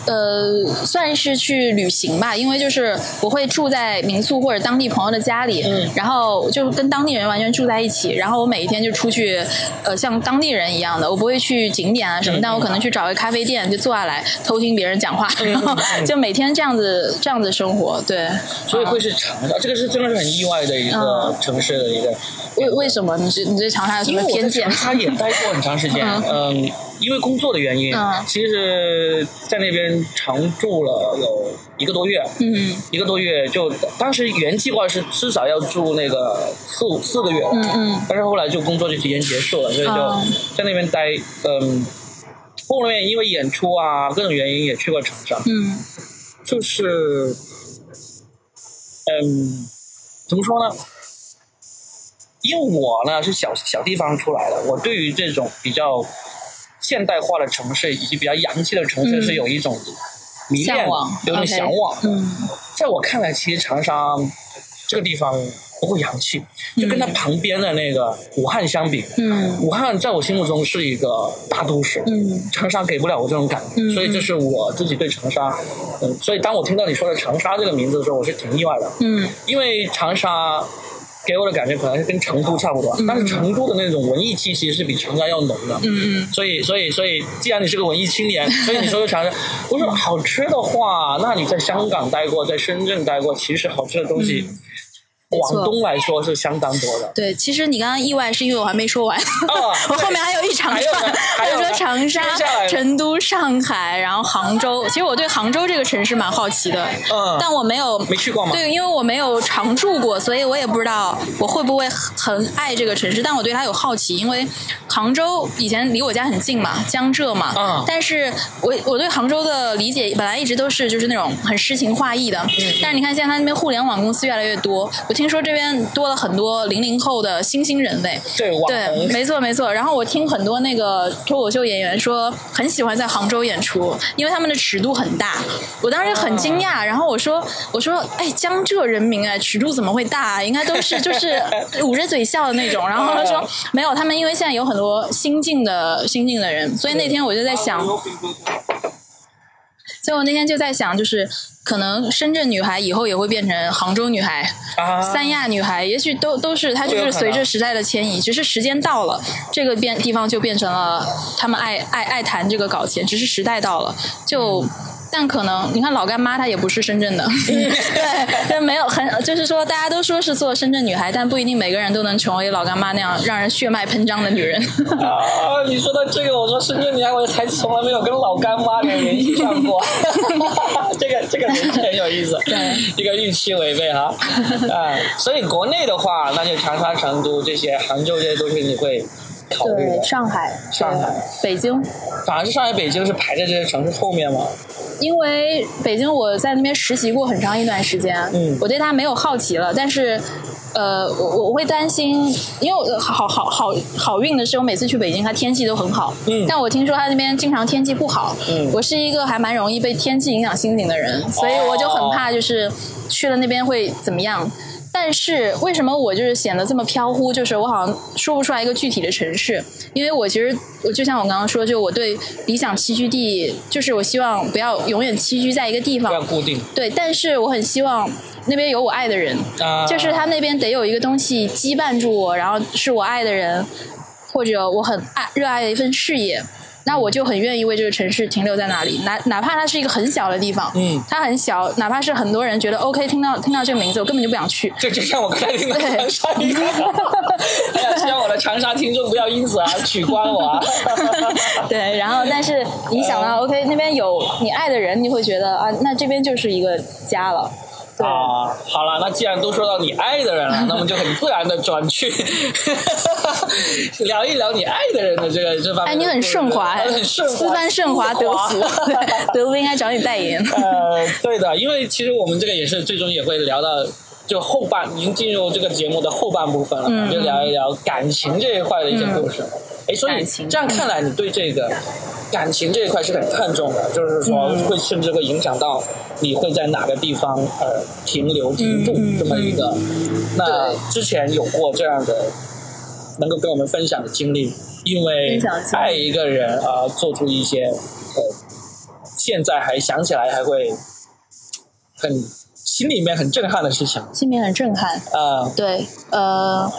Speaker 2: 呃，算是去旅行吧，因为就是我会住在民宿或者当地朋友的家里，
Speaker 1: 嗯
Speaker 2: 然后就跟当地人完全住在一起，然后我每一天就出去，呃，像当地人一样的，我不会去景点啊什么，
Speaker 1: 嗯
Speaker 2: 但我可能去找一个咖啡店就坐 下来偷听别人讲话，然后就每天这样子这样子生活，对。啊
Speaker 1: 所以会是长沙，这个是真的是很意外的一个
Speaker 2: 嗯
Speaker 1: 城市的一个
Speaker 2: 为为什么你是你对长沙有什
Speaker 1: 因
Speaker 2: 么
Speaker 1: 为我在
Speaker 2: 偏见
Speaker 1: 长？沙也待过很长时间，嗯，因为工作的原因
Speaker 2: 嗯，
Speaker 1: 其实在那边常住了有一个多月，
Speaker 2: 嗯
Speaker 1: 一个多月就当时原计划是至少要住那个四五四个月，
Speaker 2: 嗯嗯
Speaker 1: 但是后来就工作就提前结束了，所以就
Speaker 2: 哦
Speaker 1: 在那边待，嗯。后面因为演出啊各种原因也去过长沙，
Speaker 2: 嗯
Speaker 1: 就是，嗯，怎么说呢？因为我呢是小小地方出来的，我对于这种比较现代化的城市以及比较洋气的城市
Speaker 2: 嗯
Speaker 1: 是有一种迷恋
Speaker 2: 向往，
Speaker 1: 有一种
Speaker 2: OK
Speaker 1: 向往的。
Speaker 2: 嗯
Speaker 1: 在我看来，其实长沙这个地方不够洋气，就跟它旁边的那个武汉相比，
Speaker 2: 嗯
Speaker 1: 武汉在我心目中是一个大都市，
Speaker 2: 嗯
Speaker 1: 长沙给不了我这种感觉，
Speaker 2: 嗯
Speaker 1: 所以这是我自己对长沙，嗯，所以当我听到你说的长沙这个名字的时候，我是挺意外的，
Speaker 2: 嗯
Speaker 1: 因为长沙给我的感觉可能是跟成都差不多，但是成都的那种文艺气息是比长沙要浓的，
Speaker 2: 嗯嗯，
Speaker 1: 所以，所以，所以，既然你是个文艺青年，所以你说的长沙，我
Speaker 2: 嗯
Speaker 1: 说好吃的话，那你在香港待过，在深圳待过，其实好吃的东西，
Speaker 2: 嗯
Speaker 1: 广东来说是相当多的。哦
Speaker 2: 对，其实你刚刚意外是因为我还没说完， 我
Speaker 1: 对
Speaker 2: 后面还有一长
Speaker 1: 还有呢
Speaker 2: 串，
Speaker 1: 还 有
Speaker 2: 说
Speaker 1: 呢
Speaker 2: 长沙
Speaker 1: 接下来、呢
Speaker 2: 成都、上海，然后杭州。其实我对杭州这个城市蛮好奇的，
Speaker 1: 嗯
Speaker 2: 但我没有
Speaker 1: 没去过吗？
Speaker 2: 对，因为我没有常住过，所以我也不知道我会不会很爱这个城市，但我对它有好奇，因为杭州以前离我家很近嘛，江浙嘛，
Speaker 1: 嗯
Speaker 2: 但是我我对杭州的理解本来一直都是就是那种很诗情画意的，
Speaker 1: 嗯
Speaker 2: 但是你看现在它那边互联网公司越来越多，我听说这边多了很多零零后的新兴人类，
Speaker 1: 对，网
Speaker 2: 对，
Speaker 1: 红
Speaker 2: 没错没错。然后我听很多那个脱口秀演员说，很喜欢在杭州演出，因为他们的尺度很大。我当时很惊
Speaker 1: 啊
Speaker 2: 讶，然后我说我说哎，江浙人民哎，尺度怎么会大、啊？应该都 是就是捂着嘴笑的那种。然后他说
Speaker 1: 嗯
Speaker 2: 没有，他们因为现在有很多新进的新进的人，所以那天我就在想，所以我那天就在想，就是可能深圳女孩以后也会变成杭州女孩，
Speaker 1: 啊，
Speaker 2: 三亚女孩，也许都都是她就
Speaker 1: 都有
Speaker 2: 是
Speaker 1: 可
Speaker 2: 随着
Speaker 1: 能
Speaker 2: 时代的迁移，只是时间到了，这个变地方就变成了他们爱爱爱谈这个搞钱，只是时代到了就。
Speaker 1: 嗯
Speaker 2: 但可能你看老干妈她也不是 深圳的， 对，但没有很就是说大家都说是做深圳女孩，但不一定每个人都能成为老干妈那样让人血脉喷张的女 人。
Speaker 1: 啊，你说到这个，我说深圳女孩，我才从来没有跟老干妈联系上 过，这个这个很有意思，
Speaker 2: 对，
Speaker 1: 一个预期违背 哈，啊，所以国内的话，那就长沙、成都这些、杭州这些都是你会考虑的，
Speaker 2: 上海，
Speaker 1: 上海、
Speaker 2: 北京，
Speaker 1: 反而是上海、北京是排在这些城市后面嘛，
Speaker 2: 哦因为北京我在那边实习过很长一段时间，
Speaker 1: 嗯
Speaker 2: 我对它没有好奇了，但是。呃，我我我会担心，因为我好好好好运的是，我每次去北京，它天气都很好。
Speaker 1: 嗯
Speaker 2: 但我听说它那边经常天气不好。
Speaker 1: 嗯
Speaker 2: 我是一个还蛮容易被天气影响心情的人，所以我就
Speaker 1: 哦
Speaker 2: 很怕，就是去了那边会怎么样。但是为什么我就是显得这么飘忽？就是我好像说不出来一个具体的城市，因为我其实我就像我刚刚说，就我对理想栖居地，就是我希望不要永远栖居在一个地
Speaker 1: 不要
Speaker 2: 方，
Speaker 1: 固定
Speaker 2: 对。但是我很希望那边有我爱的人，
Speaker 1: 啊，
Speaker 2: 就是他那边得有一个东西羁绊住我，然后是我爱的人，或者我很爱热爱的一份事业，那我就很愿意为这个城市停留在那里，哪哪怕它是一个很小的地方，
Speaker 1: 嗯
Speaker 2: 它很小，哪怕是很多人觉得 OK，听到听到这个名字我根本就不想去，
Speaker 1: 就就像我刚才听到长沙一样， 哎呀，希望我的长沙听众不要因此而取关我啊。
Speaker 2: 对，然后但是你想到 OK 那边有你爱的人，你会觉得啊，那这边就是一个家了，对。
Speaker 1: 啊，好了，那既然都说到你爱的人 了，那我们就很自然的转去聊一聊你爱的人的这个这方面的故事。
Speaker 2: 哎，你很顺滑，
Speaker 1: 哎很顺滑，
Speaker 2: 斯班顺滑德
Speaker 1: 滑
Speaker 2: 芙，对德芙应该找你代言。
Speaker 1: 呃，对的，因为其实我们这个也是最终也会聊到。就后半已经进入这个节目的后半部分了，
Speaker 2: 嗯
Speaker 1: 我们就聊一聊感情这一块的一些故事。哎、所以
Speaker 2: 感情
Speaker 1: 这样看来，你对这个感情这一块是很看重的，就是说
Speaker 2: 嗯
Speaker 1: 会甚至会影响到你会在哪个地方呃停留停住
Speaker 2: 嗯嗯
Speaker 1: 这么一个。那
Speaker 2: 对
Speaker 1: 之前有过这样的能够跟我们分享的经历，因为
Speaker 2: 分享经历
Speaker 1: 爱一个人啊、做出一些呃，现在还想起来还会很心里面很震撼的事情
Speaker 2: 心里很震撼，
Speaker 1: 啊、
Speaker 2: 对，呃，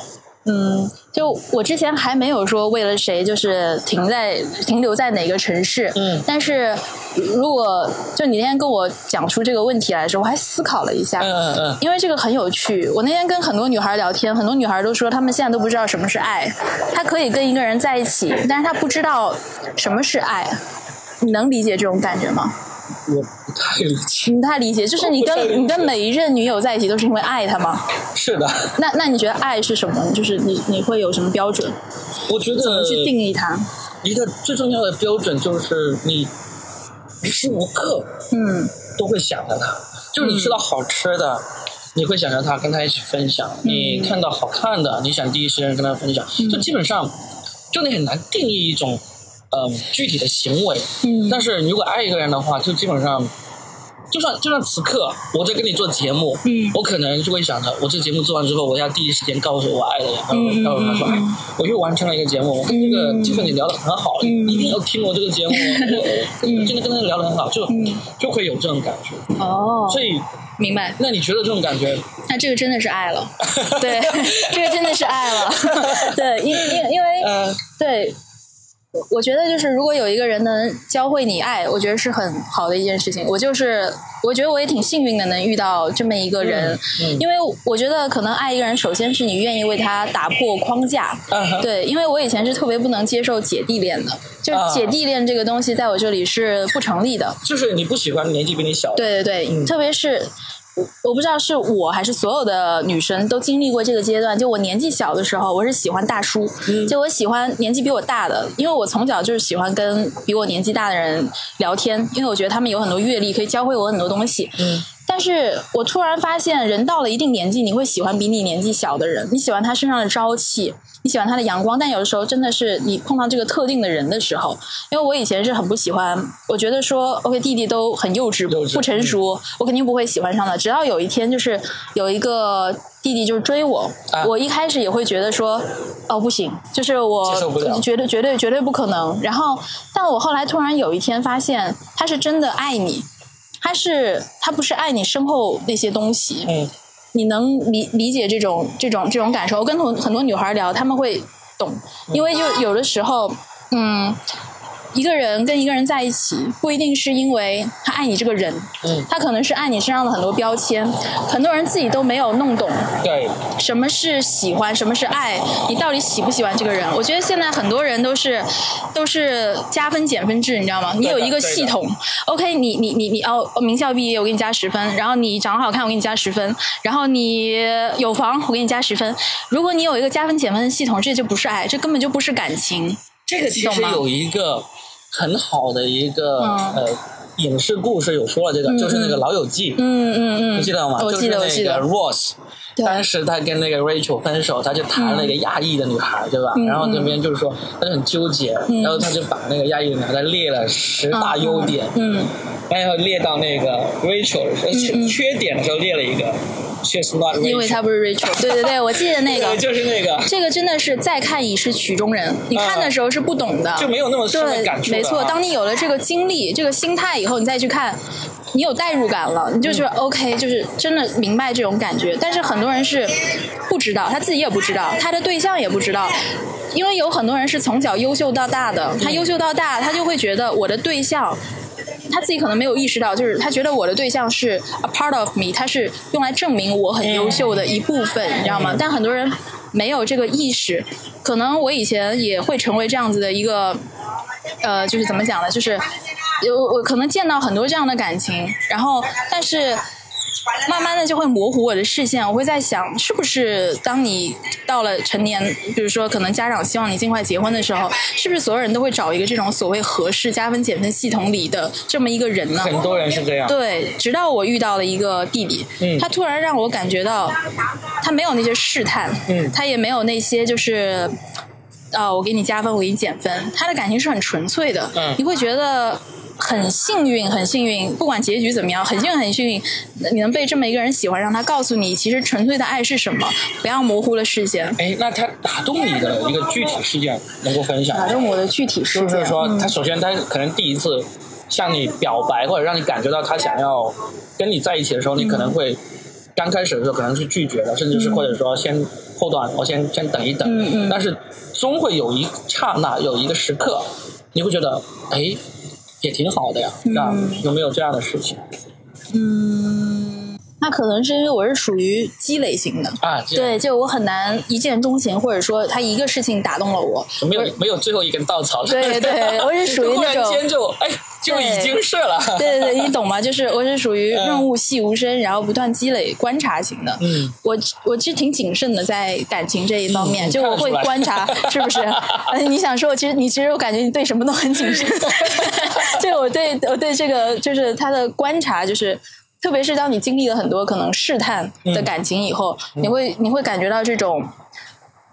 Speaker 2: 嗯，就我之前还没有说为了谁就是停在停留在哪个城市，
Speaker 1: 嗯
Speaker 2: 但是如果就你那天跟我讲出这个问题来的时候，我还思考了一下，
Speaker 1: 嗯嗯嗯，
Speaker 2: 因为这个很有趣。我那天跟很多女孩聊天，很多女孩都说她们现在都不知道什么是爱。她可以跟一个人在一起，但是她不知道什么是爱。你能理解这种感觉吗？
Speaker 1: 我不太理解。
Speaker 2: 你不太理解，就是你
Speaker 1: 我不太理
Speaker 2: 跟
Speaker 1: 解
Speaker 2: 你跟每一任女友在一起都是因为爱她吗？
Speaker 1: 是的，
Speaker 2: 那那你觉得爱是什么？就是你你会有什么标准？
Speaker 1: 我觉
Speaker 2: 怎么
Speaker 1: 得
Speaker 2: 去定义它？
Speaker 1: 一个最重要的标准就是你无时无刻
Speaker 2: 嗯嗯
Speaker 1: 都会想着它，就是你吃到好吃的，你会想着他跟他一起分享，你看到好看的，你想第一时间跟他分享，
Speaker 2: 嗯
Speaker 1: 就基本上，就你很难定义一种，呃，具体的行为。
Speaker 2: 嗯
Speaker 1: 但是如果爱一个人的话，就基本上，就算就算此刻我在跟你做节目，
Speaker 2: 嗯
Speaker 1: 我可能就会想着，我这节目做完之后，我要第一时间告诉我爱的人，然
Speaker 2: 嗯嗯
Speaker 1: 后告诉他说，
Speaker 2: 嗯
Speaker 1: 哎，我又完成了一个节目，我跟这个
Speaker 2: 嗯
Speaker 1: Tiffany 聊得很好，
Speaker 2: 嗯
Speaker 1: 一定要听我这个节目， 我我真的跟他聊得很好，就
Speaker 2: 嗯
Speaker 1: 就会有这种感觉。
Speaker 2: 哦，
Speaker 1: 所以，
Speaker 2: 明白。
Speaker 1: 那你觉得这种感觉？
Speaker 2: 那这个真的是 爱了，对，这个真的是爱了，对，因因因为
Speaker 1: 呃，
Speaker 2: 对，我我觉得就是如果有一个人能教会你爱，我觉得是很好的一件事情。我就是我觉得我也挺幸运的，能遇到这么一个人，
Speaker 1: 嗯嗯
Speaker 2: 因为我觉得可能爱一个人，首先是你愿意为他打破框架。
Speaker 1: 啊 哈
Speaker 2: 对，因为我以前是特别不能接受姐弟恋的，就是
Speaker 1: 啊
Speaker 2: 姐弟恋这个东西在我这里是不成立的。
Speaker 1: 就是你不喜欢年纪比你小的，
Speaker 2: 对对对，
Speaker 1: 嗯
Speaker 2: 特别是我我不知道是我还是所有的女生都经历过这个阶段。就我年纪小的时候，我是喜欢大叔，
Speaker 1: 嗯
Speaker 2: 就我喜欢年纪比我大的，因为我从小就是喜欢跟比我年纪大的人聊天，因为我觉得他们有很多阅历可以教会我很多东西。
Speaker 1: 嗯
Speaker 2: 但是我突然发现，人到了一定年纪，你会喜欢比你年纪小的人，你喜欢他身上的朝气，你喜欢他的阳光。但有的时候，真的是你碰到这个特定的人的时候，因为我以前是很不喜欢，我觉得说，OK，弟弟都很幼稚，
Speaker 1: 幼稚
Speaker 2: 不成
Speaker 1: 嗯
Speaker 2: 熟，我肯定不会喜欢上的。直到有一天，就是有一个。弟弟就是追我，
Speaker 1: 啊
Speaker 2: 我一开始也会觉得说，哦不行，就是我
Speaker 1: 接受不了
Speaker 2: 绝对绝对绝对不可能。然后，但我后来突然有一天发现，他是真的爱你，他是他不是爱你身后那些东西，
Speaker 1: 嗯
Speaker 2: 你能理理解这种这种这种感受？我跟很很多女孩聊，她们会懂，因为就有的时候，嗯，一个人跟一个人在一起，不一定是因为他爱你这个人，
Speaker 1: 嗯，
Speaker 2: 他可能是爱你身上的很多标签，很多人自己都没有弄懂，
Speaker 1: 对，
Speaker 2: 什么是喜欢，什么是爱，你到底喜不喜欢这个人？我觉得现在很多人都是都是加分减分制，你知道吗？你有一个系统，OK，你你你你哦，哦名校毕业我给你加十分，然后你长得好看我给你加十分，然后你有房我给你加十分。如果你有一个加分减分的系统，这就不是爱，这根本就不是感情。
Speaker 1: 这个其
Speaker 2: 懂
Speaker 1: 实
Speaker 2: 吗
Speaker 1: 有一个很好的一个、
Speaker 2: 嗯
Speaker 1: 呃影视故事有说了这个，
Speaker 2: 嗯
Speaker 1: 就是那个《
Speaker 2: 嗯
Speaker 1: 老友记》
Speaker 2: 嗯嗯嗯，
Speaker 1: 你记得吗？
Speaker 2: 我记得我
Speaker 1: 就是
Speaker 2: 记
Speaker 1: 那个
Speaker 2: 得，
Speaker 1: Ross，
Speaker 2: 对
Speaker 1: 当时他跟那个 Rachel 分手，他就谈了一个亚裔的女孩，对吧？
Speaker 2: 嗯
Speaker 1: 然后那边就是说他就很纠结，然后他就把那个亚裔的女孩他列了十大优点，
Speaker 2: 嗯
Speaker 1: 然后列到那个 Rachel 的时候，缺缺点的时候列了一个，She's not
Speaker 2: 嗯，因为
Speaker 1: Rachel，
Speaker 2: 他不是 Rachel，对对对，我记得那个
Speaker 1: 对，。就是那个。
Speaker 2: 这个真的是再看已是曲中人，你看的时候是不懂的，
Speaker 1: 嗯就没有那么深的
Speaker 2: 对
Speaker 1: 感，触了啊
Speaker 2: 没错。当你有了这个经历、这个心态以后，你再去看，你有代入感了，你就觉
Speaker 1: 嗯
Speaker 2: 得 OK，就是真的明白这种感觉。但是很多人是不知道，他自己也不知道，他的对象也不知道。因为有很多人是从小优秀到大的，他
Speaker 1: 嗯
Speaker 2: 优秀到大，他就会觉得我的对象他自己可能没有意识到，就是他觉得我的对象是 a part of me，他是用来证明我很优秀的一部分，你知道吗？但很多人没有这个意识，可能我以前也会成为这样子的一个，呃，就是怎么讲呢？就是有我可能见到很多这样的感情，然后但是。慢慢的就会模糊我的视线，我会在想，是不是当你到了成年，比如说可能家长希望你尽快结婚的时候，是不是所有人都会找一个这种所谓合适加分减分系统里的这么一个人呢？
Speaker 1: 很多人是这样，
Speaker 2: 对，直到我遇到了一个弟弟，
Speaker 1: 啊嗯
Speaker 2: 他突然让我感觉到，他没有那些试探，
Speaker 1: 嗯
Speaker 2: 他也没有那些就是，啊、我给你加分，我给你减分，他的感情是很纯粹的，
Speaker 1: 嗯
Speaker 2: 你会觉得。很幸运，很幸运，不管结局怎么样，很幸运，很幸运，你能被这么一个人喜欢，让他告诉你，其实纯粹的爱是什么，不要模糊了视线。
Speaker 1: 哎，那他打动你的一个具体事件能够分享吗？
Speaker 2: 打动我的具体事
Speaker 1: 就
Speaker 2: 件，
Speaker 1: 是说，
Speaker 2: 嗯
Speaker 1: 他首先他可能第一次向你表白，或者让你感觉到他想要跟你在一起的时候，你可能
Speaker 2: 嗯
Speaker 1: 会刚开始的时候可能是拒绝的，甚至是或者说先后段，我先先等一等。
Speaker 2: 嗯嗯
Speaker 1: 但是终会有一刹那，有一个时刻，你会觉得，哎，也挺好的呀，
Speaker 2: 嗯
Speaker 1: 是吧？有没有这样的事情
Speaker 2: 嗯那可能是因为我是属于积累型的，
Speaker 1: 啊？这样
Speaker 2: 对，就我很难一见钟情，或者说他一个事情打动了我。
Speaker 1: 没有没有最后一根稻草了。
Speaker 2: 对对，我是属于
Speaker 1: 忽
Speaker 2: 那
Speaker 1: 然
Speaker 2: 种，
Speaker 1: 间就哎，就已经是了。
Speaker 2: 对对对，你懂吗？就是我是属于
Speaker 1: 嗯
Speaker 2: 润物细无声，然后不断积累观察型的。
Speaker 1: 嗯，
Speaker 2: 我我其实挺谨慎的，在感情这一方面，
Speaker 1: 嗯
Speaker 2: 就我
Speaker 1: 看得
Speaker 2: 会
Speaker 1: 出来
Speaker 2: 观察，是不是？呃你想说，我其实你其实我感觉你对什么都很谨慎，就是我对我对这个就是他的观察就是。特别是当你经历了很多可能试探的感情以后，你会你会感觉到这种。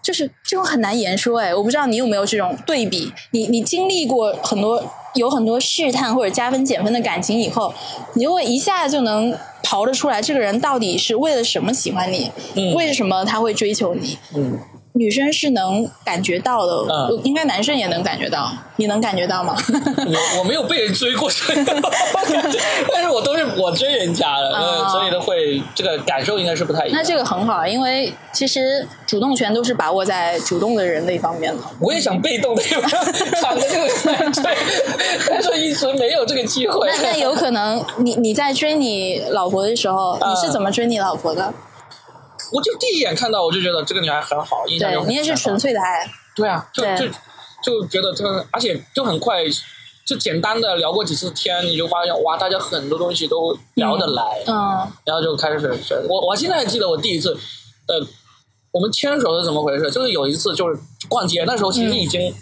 Speaker 2: 就是这种很难言说哎，我不知道你有没有这种对比，你你经历过很多有很多试探或者加分减分的感情以后，你就会一下就能刨得出来，这个人到底是为了什么喜欢你，
Speaker 1: 嗯
Speaker 2: 为什么他会追求你。
Speaker 1: 嗯，
Speaker 2: 女生是能感觉到的，
Speaker 1: 嗯
Speaker 2: 应该男生也能感觉到，你能感觉 到吗？
Speaker 1: 我我没有被人追过，所以但是我都是我追人家的，呃
Speaker 2: 啊
Speaker 1: 所以都会这个感受应该是不太一样
Speaker 2: 那。这个很好，因为其实主动权都是把握在主动的人那方面的。
Speaker 1: 我也想被 动的，躺着就来追，但是一直没有这个机会。
Speaker 2: 那那有可能你你在追你老婆的时候，
Speaker 1: 嗯
Speaker 2: 你是怎么追你老婆的？
Speaker 1: 我就第一眼看到我就觉得这个女孩很好，印象
Speaker 2: 对
Speaker 1: 中
Speaker 2: 你也是纯粹的爱，
Speaker 1: 对啊，就
Speaker 2: 对
Speaker 1: 就就觉得这个，而且就很快，就简单的聊过几次天，你就发现哇，大家很多东西都聊得来，
Speaker 2: 嗯
Speaker 1: 然后就开始我我现在还记得我第一次，呃，我们牵手是怎么回事？就是有一次就是逛街，那时候其实已经。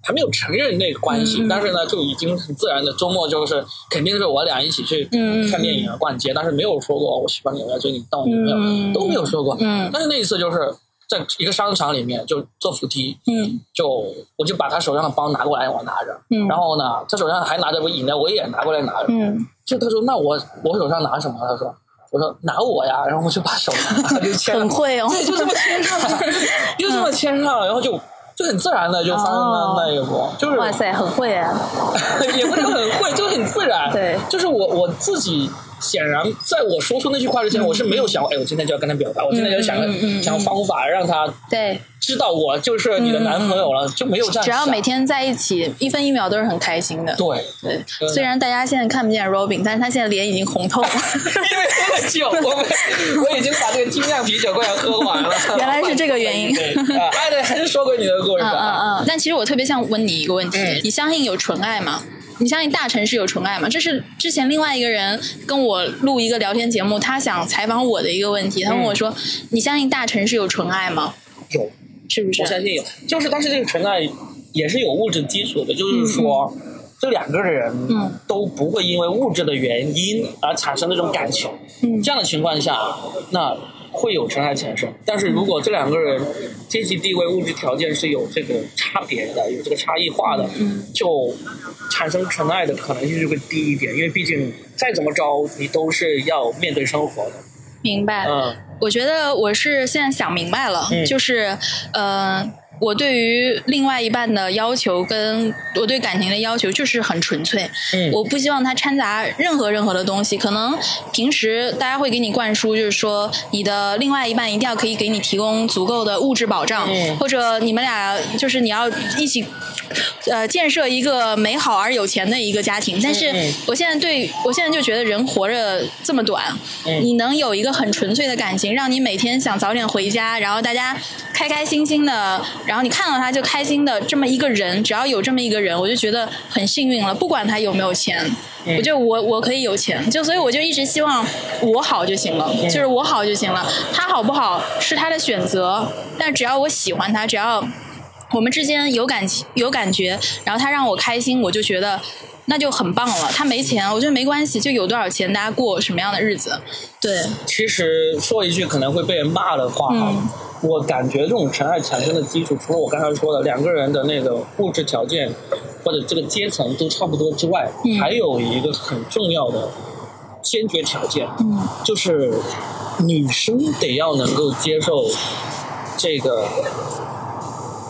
Speaker 1: 还没有承认那个关系，
Speaker 2: 嗯嗯嗯
Speaker 1: 但是呢，就已经很自然的周末就是肯定是我俩一起去
Speaker 2: 嗯嗯
Speaker 1: 看电影啊、逛街，但是没有说过我喜欢你，我要追你当我女朋友，
Speaker 2: 嗯
Speaker 1: 都没有说过。
Speaker 2: 嗯
Speaker 1: 但是那一次就是在一个商场里面，就坐扶梯，
Speaker 2: 嗯
Speaker 1: 就我就把他手上的包拿过来，我拿着，
Speaker 2: 嗯
Speaker 1: 然后呢，他手上还拿着个饮料，我也拿过来拿着。
Speaker 2: 嗯，
Speaker 1: 就他说那我我手上拿什么？他说我说拿我呀，然后我就把手拿就牵
Speaker 2: 很
Speaker 1: 上，
Speaker 2: 会哦。
Speaker 1: 对，就这么牵上 了，就这么牵上了，然后就就很自然的就发生了
Speaker 2: 哦
Speaker 1: 那一步，就是
Speaker 2: 哇塞，很会啊！
Speaker 1: 也不是很会，就很自然。
Speaker 2: 对
Speaker 1: 就是我我自己显然在我说出那句话之前，我是没有想过，哎，我今天就要跟他表白，我今天就想、
Speaker 2: 嗯嗯嗯嗯
Speaker 1: 想方法让他
Speaker 2: 对，
Speaker 1: 知道我就是你的男朋友了，就没有这样想。
Speaker 2: 只要每天在一起，一分一秒都是很开心的。
Speaker 1: 对，
Speaker 2: 对
Speaker 1: 嗯，
Speaker 2: 虽然大家现在看不见 Robin，但是他现在脸已经红透了。
Speaker 1: 因为喝了酒，我们我已经把这个精酿啤酒快要喝完了。
Speaker 2: 原来是这个原 因
Speaker 1: 对，啊哎，对，还是说回你的故事
Speaker 2: 嗯
Speaker 1: 吧。
Speaker 2: 嗯嗯。但其实我特别想问你一个问题：
Speaker 1: 嗯
Speaker 2: 你相信有纯爱吗？你相信大城市有纯爱吗？这是之前另外一个人跟我录一个聊天节目，他想采访我的一个问题。他问我
Speaker 1: 嗯
Speaker 2: 说：“你相信大城市有纯爱吗
Speaker 1: 有，？”
Speaker 2: 是不是
Speaker 1: 我？相信有，就是但是这个纯爱也是有物质基础的，就是说。这两个人
Speaker 2: 嗯
Speaker 1: 都不会因为物质的原因而产生那种感情，
Speaker 2: 嗯
Speaker 1: 这样的情况下，那会有纯爱产生。但是如果这两个人阶级地位、物质条件是有这个差别的，有这个差异化的，
Speaker 2: 嗯
Speaker 1: 就产生纯爱的可能性就会低一点，因为毕竟再怎么着，你都是要面对生活的。
Speaker 2: 明白。
Speaker 1: 嗯
Speaker 2: 我觉得我是现在想明白了，
Speaker 1: 嗯
Speaker 2: 就是呃，我对于另外一半的要求跟我对感情的要求就是很纯粹，
Speaker 1: 嗯
Speaker 2: 我不希望它掺杂任何任何的东西。可能平时大家会给你灌输，就是说你的另外一半一定要可以给你提供足够的物质保障，
Speaker 1: 嗯
Speaker 2: 或者你们俩就是你要一起呃建设一个美好而有钱的一个家庭。但是
Speaker 1: 嗯
Speaker 2: 我现在对我现在就觉得人活着这么短，
Speaker 1: 嗯
Speaker 2: 你能有一个很纯粹的感情，让你每天想早点回家，然后大家开开心心的，然后你看到他就开心的这么一个人，只要有这么一个人，我就觉得很幸运了。不管他有没有钱，
Speaker 1: 嗯
Speaker 2: 我就我我可以有钱，就所以我就一直希望我好就行了，
Speaker 1: 嗯
Speaker 2: 就是我好就行了。他好不好是他的选择，但只要我喜欢他，只要我们之间有感情有感觉，然后他让我开心，我就觉得那就很棒了。他没钱，我觉得没关系，就有多少钱，大家过什么样的日子。对，
Speaker 1: 其实说一句可能会被人骂的话，
Speaker 2: 嗯
Speaker 1: 我感觉这种纯爱产生的基础，除了我刚才说的两个人的那个物质条件或者这个阶层都差不多之外，
Speaker 2: 嗯
Speaker 1: 还有一个很重要的先决条件，
Speaker 2: 嗯
Speaker 1: 就是女生得要能够接受这个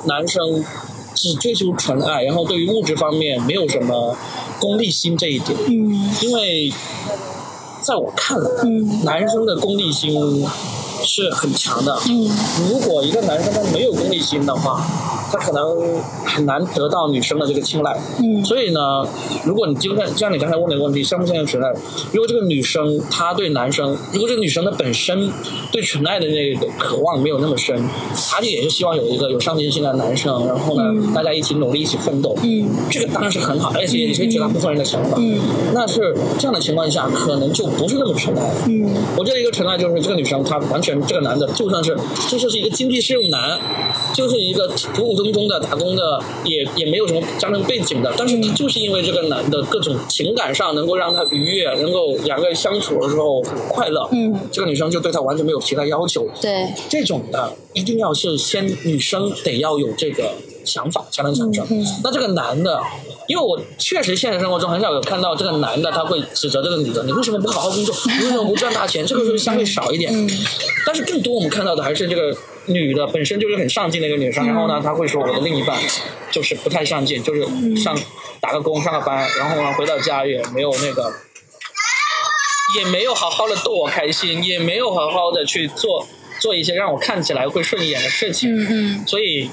Speaker 1: 男生只追求纯爱，然后对于物质方面没有什么功利心这一点，
Speaker 2: 嗯
Speaker 1: 因为在我看来，
Speaker 2: 嗯
Speaker 1: 男生的功利心是很强的。
Speaker 2: 嗯
Speaker 1: 如果一个男生他没有功利心的话，他可能很难得到女生的这个青睐。
Speaker 2: 嗯
Speaker 1: 所以呢，如果你就像像你刚才问的问题，相不相信纯爱？如果这个女生她对男生，如果这个女生她本身对纯爱的那个渴望没有那么深，她就也是希望有一个有上进心的男生，然后呢，大家一起努力，一起奋斗。
Speaker 2: 嗯
Speaker 1: 这个当然是很好，而且也是绝大部分人的想法。
Speaker 2: 嗯
Speaker 1: 那是这样的情况下，可能就不是那么纯爱了。
Speaker 2: 嗯
Speaker 1: 我觉得一个纯爱就是这个女生，她完全这个男的就算是就算是一个经济适用男，就是一个土土耕工的、打工的，也也没有什么家庭背景的，但是他就是因为这个男的各种情感上能够让他愉悦，能够两个人相处的时候很快乐，
Speaker 2: 嗯，
Speaker 1: 这个女生就对他完全没有其他要求，
Speaker 2: 对，
Speaker 1: 这种的一定要是先女生得要有这个想法才能产生。
Speaker 2: 嗯
Speaker 1: 那这个男的，因为我确实现实生活中很少有看到这个男的他会指责这个女的，你为什么不好好工作？你为什么不赚大钱？这个就是相对少一点。
Speaker 2: 嗯
Speaker 1: 但是更多我们看到的还是这个女的本身就是很上进的一个女生，然后呢，她会说我的另一半就是不太上进，就是上
Speaker 2: 嗯
Speaker 1: 打个工上个班，然后呢回到家也没有那个。也没有好好的逗我开心，也没有好好的去做做一些让我看起来会顺眼的事情，
Speaker 2: 嗯嗯，
Speaker 1: 所以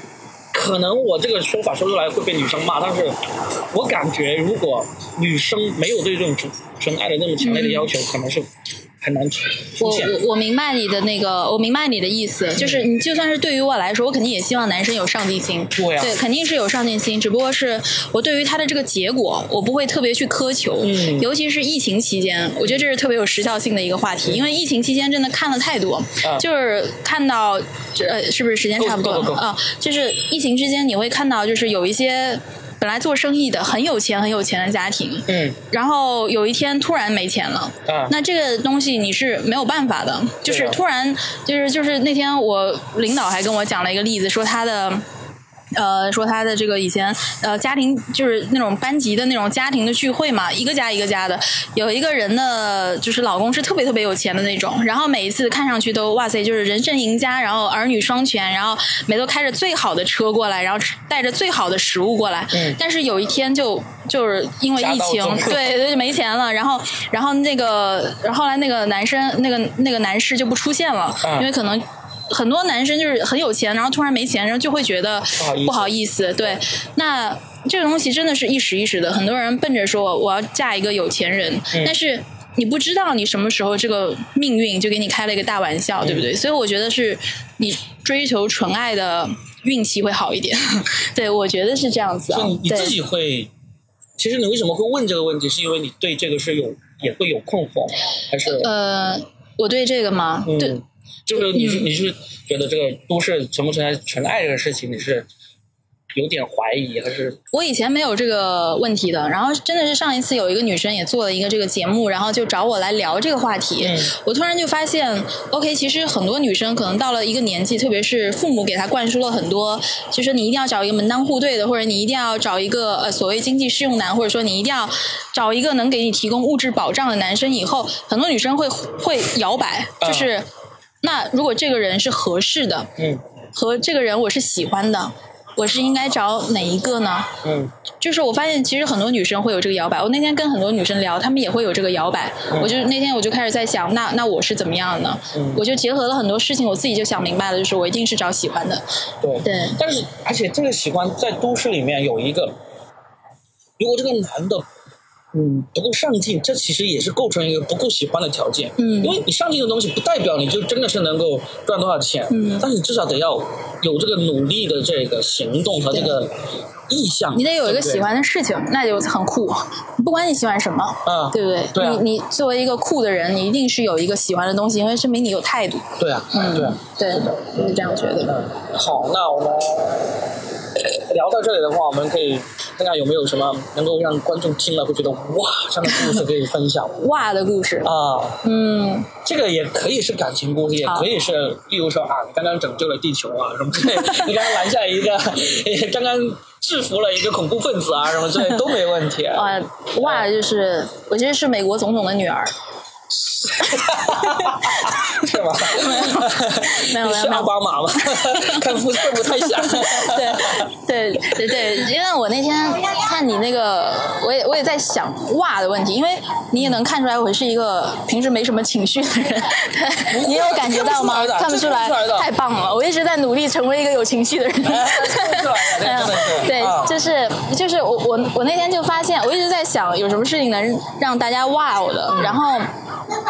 Speaker 1: 可能我这个说法说出来会被女生骂，但是我感觉如果女生没有对这种纯纯爱的那么强烈的要求，可能是很难出出
Speaker 2: 我
Speaker 1: 现。
Speaker 2: 我我明白你的那个，我明白你的意思，就是你就算是对于我来说，我肯定也希望男生有上进心，
Speaker 1: 对啊
Speaker 2: 肯定是有上进心，只不过是我对于他的这个结果，我不会特别去苛求，
Speaker 1: 嗯
Speaker 2: 尤其是疫情期间，我觉得这是特别有时效性的一个话题，
Speaker 1: 嗯
Speaker 2: 因为疫情期间真的看了太多，
Speaker 1: 啊
Speaker 2: 就是看到这、呃、是不是时间差不多
Speaker 1: 够够够够
Speaker 2: 啊、就是疫情之间你会看到，就是有一些本来做生意的很有钱很有钱的家庭，
Speaker 1: 嗯
Speaker 2: 然后有一天突然没钱了。
Speaker 1: 啊，
Speaker 2: 那这个东西你是没有办法的，就是突然，就是就是那天我领导还跟我讲了一个例子，说他的。呃，说他的这个以前呃家庭就是那种班级的那种家庭的聚会嘛，一个家一个家的，有一个人的就是老公是特别特别有钱的那种，然后每一次看上去都哇塞，就是人生赢家，然后儿女双全，然后每都开着最好的车过来，然后吃带着最好的食物过来，
Speaker 1: 嗯
Speaker 2: 但是有一天就就是因为疫
Speaker 1: 家道
Speaker 2: 情
Speaker 1: 中，落
Speaker 2: 对对，就没钱了。然后，然后那个，然后后来那个男生，那个那个男士就不出现了，
Speaker 1: 嗯
Speaker 2: 因为可能。很多男生就是很有钱，然后突然没钱，然后就会觉得
Speaker 1: 好意思
Speaker 2: 不好意思。对，那这个东西真的是一时一时的。很多人奔着说我要嫁一个有钱人，
Speaker 1: 嗯
Speaker 2: 但是你不知道你什么时候这个命运就给你开了一个大玩笑，对不
Speaker 1: 嗯
Speaker 2: 对？所以我觉得是你追求纯爱的运气会好一点。 对，我觉得是这样子啊
Speaker 1: 就你。你
Speaker 2: 对
Speaker 1: 自己会，其实你为什么会问这个问题，是因为你对这个是有也会有困惑吗，还是
Speaker 2: 呃，我对这个吗？对嗯
Speaker 1: 嗯，就是你是你是觉得这个都市存不存在纯爱这个事情，你是有点怀疑，还是
Speaker 2: 我以前没有这个问题的。然后真的是上一次有一个女生也做了一个这个节目，然后就找我来聊这个话题。
Speaker 1: 嗯
Speaker 2: 我突然就发现，OK，其实很多女生可能到了一个年纪，特别是父母给她灌输了很多，就是你一定要找一个门当户对的，或者你一定要找一个呃所谓经济适用男，或者说你一定要找一个能给你提供物质保障的男生。以后很多女生会会摇摆，就是、那如果这个人是合适的，
Speaker 1: 嗯
Speaker 2: 和这个人我是喜欢的，我是应该找哪一个呢？
Speaker 1: 嗯
Speaker 2: 就是我发现其实很多女生会有这个摇摆。我那天跟很多女生聊，她们也会有这个摇摆。
Speaker 1: 嗯
Speaker 2: 我就那天我就开始在想，那那我是怎么样呢？我就结合了很多事情，我自己就想明白了，就是我一定是找喜欢的。
Speaker 1: 对
Speaker 2: 对
Speaker 1: 但是而且这个喜欢在都市里面有一个，如果这个男的。嗯，不够上进，这其实也是构成一个不够喜欢的条件。
Speaker 2: 嗯
Speaker 1: 因为你上进的东西不代表你就真的是能够赚多少钱，嗯，但是你至少得要有这个努力的这个行动和这个意向，
Speaker 2: 你得有
Speaker 1: 对
Speaker 2: 一个
Speaker 1: 不对
Speaker 2: 喜欢的事情，那就很酷。不管你喜欢什么，
Speaker 1: 啊，
Speaker 2: 对不对？
Speaker 1: 对啊
Speaker 2: 你你作为一个酷的人，你一定是有一个喜欢的东西，因为证明你有态度。
Speaker 1: 对啊，
Speaker 2: 嗯，
Speaker 1: 对啊。
Speaker 2: 对，我是这样觉得。
Speaker 1: 嗯好，那我们聊到这里的话，我们可以看看有没有什么能够让观众听了会觉得哇这样的故事可以分享
Speaker 2: 哇的故事，
Speaker 1: 啊。
Speaker 2: 嗯，
Speaker 1: 这个也可以是感情故事，也
Speaker 2: 好
Speaker 1: 可以是，例如说啊，你刚刚拯救了地球啊什么之类， 你刚刚拦下一个， 刚刚制服了一个恐怖分子啊什么之 类都没问题。
Speaker 2: 啊，哇，就是我其实是美国总统的女儿，
Speaker 1: 是吧？
Speaker 2: 没有没有没有
Speaker 1: 你是奥巴马吗？ 看肤色不太像。
Speaker 2: 对对对对，因为我那天看你那个，我也我也在想哇的问题，因为你也能看出来我是一个平时没什么情绪的人， 对，你有感觉到吗？
Speaker 1: 看
Speaker 2: 看
Speaker 1: 不
Speaker 2: 不
Speaker 1: 出
Speaker 2: 出
Speaker 1: 来的看
Speaker 2: 来
Speaker 1: 不出来的，
Speaker 2: 太棒了！我一直在努力成为一个有情绪的人。嗯
Speaker 1: 哎看不出来 的真的是
Speaker 2: 对
Speaker 1: 啊，
Speaker 2: 就是就是我我我那天就发现，我一直在想有什么事情能让大家哇哦的，然后。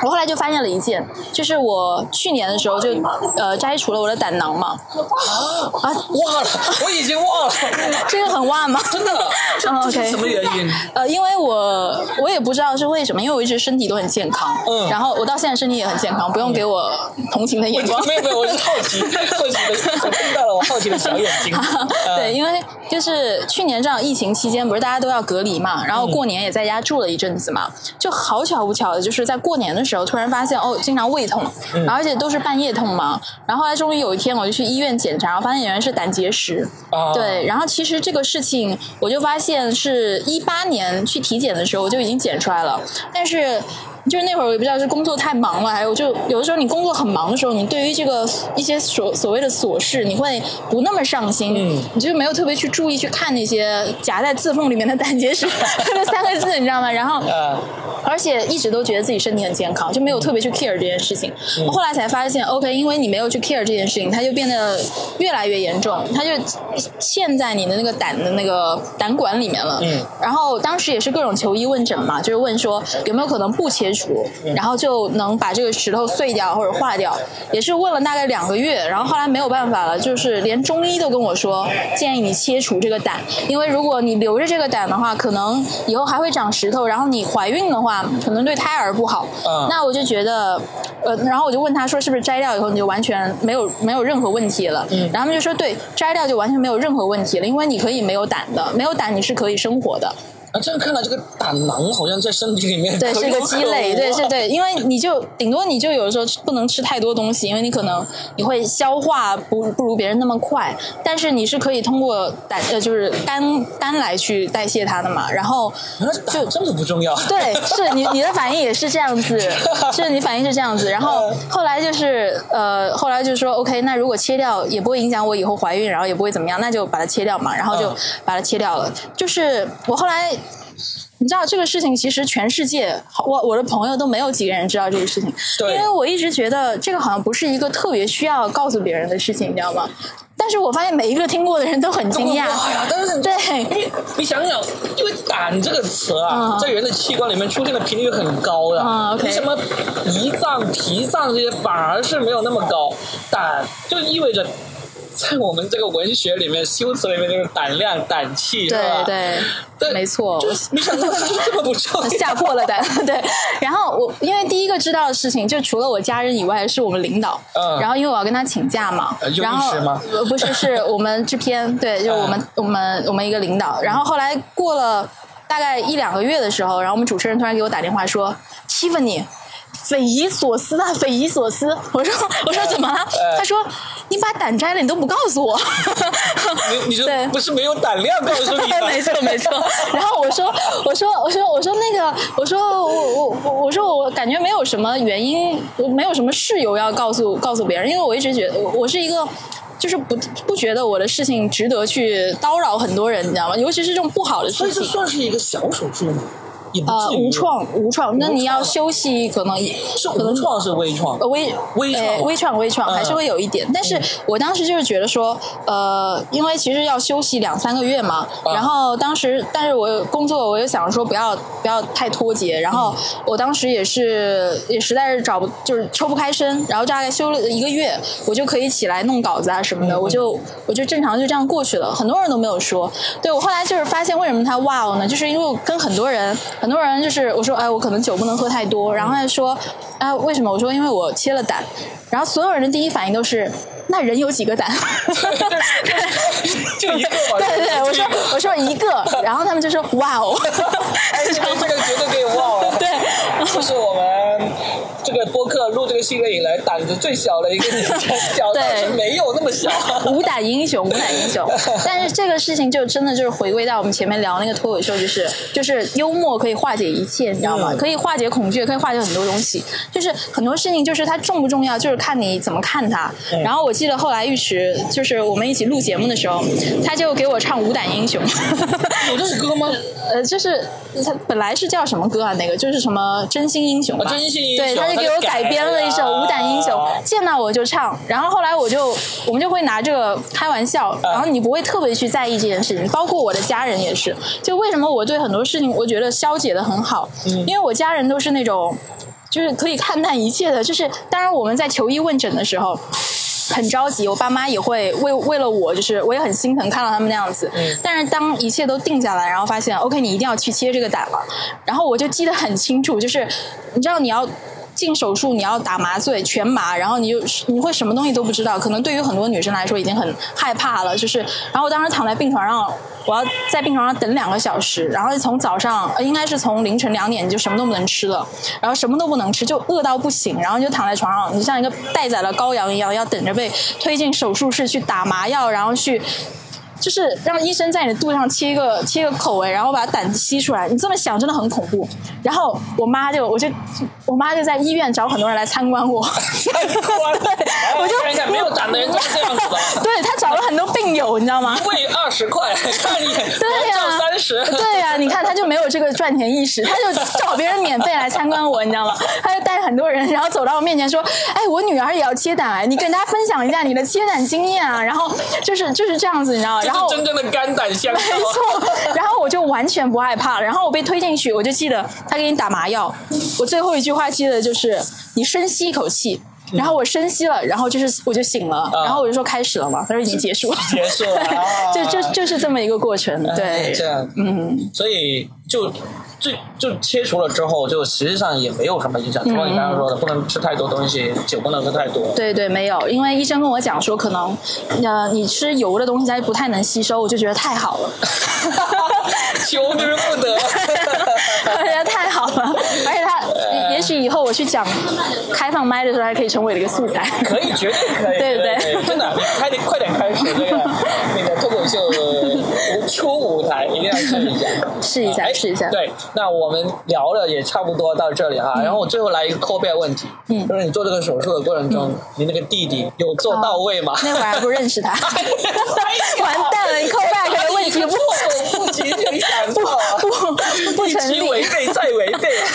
Speaker 2: 我后来就发现了一件，就是我去年的时候就呃摘除了我的胆囊嘛，
Speaker 1: 啊， 忘了，我已经忘了，
Speaker 2: 这个很哇吗？
Speaker 1: 真 的，这
Speaker 2: 嗯
Speaker 1: 这是
Speaker 2: OK
Speaker 1: 什么原因？
Speaker 2: 呃，因为我我也不知道是为什么，因为我一直身体都很健康，
Speaker 1: 嗯
Speaker 2: 然后我到现在身体也很健康，不用给我同情的眼光。
Speaker 1: 没有没有，我是好奇，好奇的，我看到了我好奇的小眼 睛。呃
Speaker 2: 对，，因为就是去年这样疫情期间，不是大家都要隔离嘛，然后过年也在家住了一阵子嘛，就好巧不巧的，就是在过年的时候突然发现哦，经常胃痛，
Speaker 1: 嗯
Speaker 2: 然后而且都是半夜痛嘛，然后后来终于有一天我就去医院检查，发现原来是胆结石，
Speaker 1: 啊
Speaker 2: 对，然后其实这个事情，我就发现是一八年去体检的时候我就已经检出来了，但是就是那会儿我也不知道是工作太忙了，还有就有的时候你工作很忙的时候，你对于这个一些所所谓的琐事，你会不那么上心，
Speaker 1: 嗯
Speaker 2: 你就没有特别去注意去看那些夹在字缝里面的 胆结石那三个字，你知道吗？然后
Speaker 1: 呃，
Speaker 2: 而且一直都觉得自己身体很健康，就没有特别去 care 这件事情。后来才发现，OK，因为你没有去 care 这件事情，它就变得越来越严重，它就嵌在你的那个胆的那个胆管里面了。
Speaker 1: 嗯
Speaker 2: 然后当时也是各种求医问诊嘛，就是问说有没有可能不切除，然后就能把这个石头碎掉或者化掉。也是问了大概两个月，然后后来没有办法了，就是连中医都跟我说，建议你切除这个胆，因为如果你留着这个胆的话，可能以后还会长石头，然后你怀孕的话，可能对胎儿不好。
Speaker 1: 嗯
Speaker 2: 那我就觉得，呃，然后我就问他说，是不是摘掉以后你就完全没有没有任何问题了？然后他们就说，对，摘掉就完全没有任何问题了，因为你可以没有胆的，没有胆你是可以生活的。
Speaker 1: 啊，这样看来，这个胆囊好像在身体里面
Speaker 2: 对，
Speaker 1: 可
Speaker 2: 是一个
Speaker 1: 有
Speaker 2: 积累，
Speaker 1: 可无
Speaker 2: 对，
Speaker 1: 啊
Speaker 2: 是对，因为你就顶多你就有的时候不能吃太多东西，因为你可能你会消化不不如别人那么快，但是你是可以通过胆呃就是肝肝来去代谢它的嘛，然后
Speaker 1: 原来胆这么不重要。
Speaker 2: 对，是你你的反应也是这样 子，是你反应是这样子。然后
Speaker 1: 嗯
Speaker 2: 后来就是呃，后来就说 OK，那如果切掉也不会影响我以后怀孕，然后也不会怎么样，那就把它切掉嘛。然后就
Speaker 1: 嗯
Speaker 2: 把它切掉了。就是我后来。你知道这个事情，其实全世界，我我的朋友都没有几个人知道这个事情，因
Speaker 1: 对
Speaker 2: 为我一直觉得这个好像不是一个特别需要告诉别人的事情，你知道吗？但是我发现每一个听过的人都很惊讶，
Speaker 1: 哇呀！但哦是
Speaker 2: 对，
Speaker 1: 因为你想想，因为胆这个词啊，
Speaker 2: 嗯
Speaker 1: 在人的器官里面出现的频率很高的。
Speaker 2: 嗯，OK
Speaker 1: 为什么胰脏、脾脏这些反而是没有那么高？胆就意味着。在我们这个文学里面，修辞里面就是胆量、胆气，是吧？
Speaker 2: 对对，
Speaker 1: 啊对
Speaker 2: 没错，
Speaker 1: 就
Speaker 2: 我
Speaker 1: 是没想到就 这么不重要，
Speaker 2: 吓破了胆。对，然后我因为第一个知道的事情，就除了我家人以外，是我们领导。
Speaker 1: 嗯
Speaker 2: 然后因为我要跟他请假嘛
Speaker 1: 呃，有
Speaker 2: 然后
Speaker 1: 意识吗嗯
Speaker 2: 呃不是，是我们制片，对，就是我们、我们我们一个领导。然后后来过了大概一两个月的时候，然后我们主持人突然给我打电话说：“Tiffany。”匪夷所思啊，匪夷所思！我说，我说怎么了？
Speaker 1: 呃
Speaker 2: 他说，你把胆摘了，你都不告诉我。
Speaker 1: 你你就
Speaker 2: 对
Speaker 1: 不是没有胆量告诉你吧
Speaker 2: 没错没错。然后我说我说我说我说那个我说我我我我说我感觉没有什么原因，我没有什么事由要告诉告诉别人，因为我一直觉得我我是一个。就是不不觉得我的事情值得去叨扰很多人，你知道吗？尤其是这种不好的
Speaker 1: 所
Speaker 2: 事
Speaker 1: 以这
Speaker 2: 情，
Speaker 1: 算是一个小手术吗？也不
Speaker 2: 呃，
Speaker 1: 至于。
Speaker 2: 无创无创，那你要休息，可能也
Speaker 1: 是
Speaker 2: 可能
Speaker 1: 无创是微 创
Speaker 2: 呃，微
Speaker 1: 微创
Speaker 2: 呃微创微
Speaker 1: 嗯
Speaker 2: 创还是会有一点，但是我当时就是觉得说，呃，因为其实要休息两三个月嘛，
Speaker 1: 啊
Speaker 2: 然后当时但是我有工作我又想说不要不要太脱节，然
Speaker 1: 嗯
Speaker 2: 后我当时也是也实在是找不就是抽不开身，然后大概休了一个月，我就可以起来弄稿子啊什么的，我就我就正常就这样过去了，很多人都没有说，对我后来就是发现为什么他哇哦呢，就是因为我跟很多人很多人就是我说哎我可能酒不能喝太多，然后他就说啊、为什么我说因为我切了胆，然后所有人的第一反应都是。那人有几个胆？
Speaker 1: 就一个吧。
Speaker 2: 对对，我说我说一个，然后他们就说哇哦，
Speaker 1: 哎，这个这 个绝对可以忘了。
Speaker 2: 对，
Speaker 1: 这是我们这个播客录这个系列以来胆子最小的一个女生，小到
Speaker 2: 对
Speaker 1: 是没有那么 小。
Speaker 2: 无胆英雄，无胆 英雄。但是这个事情就真的就是回归到我们前面聊那个脱口秀，就是就是幽默可以化解一切，你知道吗？
Speaker 1: 嗯
Speaker 2: 可以化解恐惧，可以化解很多东西。就是很多事情，就是它重不重要，就是看你怎么看它。
Speaker 1: 嗯
Speaker 2: 然后我记得后来尉迟，就是我们一起录节目的时候，他就给我唱《无胆英雄》。
Speaker 1: 有这首歌吗？
Speaker 2: 呃，就是他本来是叫什么歌啊？那个就是什么真心英雄吧？
Speaker 1: 啊真心英雄
Speaker 2: 对，他就给我改编了一首
Speaker 1: 他就
Speaker 2: 《
Speaker 1: 改了
Speaker 2: 无胆英雄》，见到我就唱。然后后来我就我们就会拿这个开玩笑，然后你不会特别去在意这件事情，包括我的家人也是。就为什么我对很多事情我觉得消解的很好，因为我家人都是那种。就是可以看淡一切的。就是当然我们在求医问诊的时候。很着急，我爸妈也会为为了我，就是我也很心疼看到他们那样子。
Speaker 1: 嗯
Speaker 2: 但是当一切都定下来，然后发现 OK，你一定要去切这个胆了。然后我就记得很清楚，就是你知道你要。进手术，你要打麻醉，全麻，然后你就你会什么东西都不知道，可能对于很多女生来说已经很害怕了。就是，然后我当时躺在病床上，我要在病床上等两个小时，然后从早上呃应该是从凌晨两点你就什么都不能吃了，然后什么都不能吃，就饿到不行，然后你就躺在床上，你像一个待宰的羔羊一样，要等着被推进手术室去打麻药，然后去。就是让医生在你的肚上切一个切一个口哎，然后把胆吸出来。你这么想真的很恐怖。然后我妈就我就我妈就在医院找很多人来参观我，对， 我就
Speaker 1: 看一下，没有胆的哎人都是这样子的。
Speaker 2: 对她找了很多病友，你知道吗？
Speaker 1: 喂二十块，看一眼，
Speaker 2: 对
Speaker 1: 我
Speaker 2: 呀、
Speaker 1: 照三十。
Speaker 2: 对呀、你看他就没有这个赚钱意识，他就找别人免费来参观我，你知道吗？他就带很多人，然后走到我面前说：“哎，我女儿也要切胆啊癌，你跟大家分享一下你的切胆经验啊。”然后就是就是这样子，你知道吗？
Speaker 1: 这
Speaker 2: 然后
Speaker 1: 是真正的肝胆相照。 啊
Speaker 2: 没错，然后我就完全不害怕了。然后我被推进去，我就记得他给你打麻药，我最后一句话记得就是你深吸一口气。然后我深吸了，然后就是我就醒了，
Speaker 1: 啊
Speaker 2: 然后我就说开始了嘛，他说已经结束了，
Speaker 1: 结束了啊
Speaker 2: 就就就是这么一个过程，对，
Speaker 1: 这样，
Speaker 2: 嗯，
Speaker 1: 所以就就就切除了之后，就实际上也没有什么影响。除了你刚刚说的，不能吃太多东西，酒不能喝太多。
Speaker 2: 对对，没有，因为医生跟我讲说，可能呃你吃油的东西它不太能吸收，我就觉得太好了，
Speaker 1: 求之不得。
Speaker 2: 我觉得太好了，而且他也许以后我去讲开放麦的时候，还可以成为我的一个素材。
Speaker 1: 可以，绝对可以，
Speaker 2: 对对
Speaker 1: 对真的，你开点快点开始这个那个脱口秀呃 初舞台，一定要试一下，
Speaker 2: 试一下
Speaker 1: 哎
Speaker 2: 试一下
Speaker 1: 对，那我们聊的也差不多到这里哈，然后我最后来一个扣背问题，
Speaker 2: 嗯哦
Speaker 1: 就是你做这个手术的过程中，你那个弟弟有做到位吗？哎
Speaker 2: 那会儿还不认 识他， 完蛋了！你扣 back 的问题不
Speaker 1: 不仅仅想到啊，
Speaker 2: 不不
Speaker 1: 一
Speaker 2: 成
Speaker 1: 期违
Speaker 2: 立，
Speaker 1: 背再违背。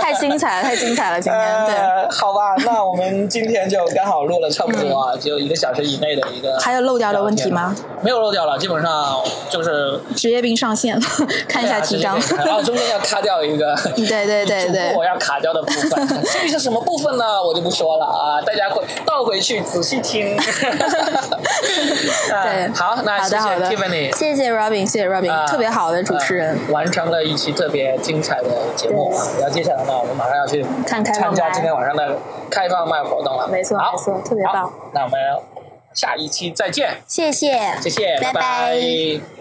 Speaker 2: 太精彩了，太精彩了！今天对，
Speaker 1: 呃，好吧，那我们今天就刚好录了差不多啊，只有一个小时以内的一个。
Speaker 2: 嗯还有漏掉的问题吗？
Speaker 1: 没有漏掉了，基本上就是
Speaker 2: 职业病上线了，看一下提纲。
Speaker 1: 然后中间要卡掉一个。
Speaker 2: 对 对对对
Speaker 1: 我，要卡掉的部分， 至于是什么部分呢，我就不说了啊，大家会倒回去仔细 听。
Speaker 2: 对
Speaker 1: 嗯，好，那
Speaker 2: 好
Speaker 1: 谢
Speaker 2: 的好的
Speaker 1: 谢 Tiffany，
Speaker 2: 谢谢 Robin，谢谢 Robin，、
Speaker 1: 啊
Speaker 2: 特别好的主持人。
Speaker 1: 呃完成了一期特别精彩的节目啊。然后接下来呢，我们马上要去
Speaker 2: 看开放麦
Speaker 1: 参加今天晚上的开放麦活动了。
Speaker 2: 没错
Speaker 1: 好
Speaker 2: 没错特别棒
Speaker 1: 好那我们下一期再见，
Speaker 2: 谢谢，
Speaker 1: 谢谢，
Speaker 2: 拜拜
Speaker 1: 拜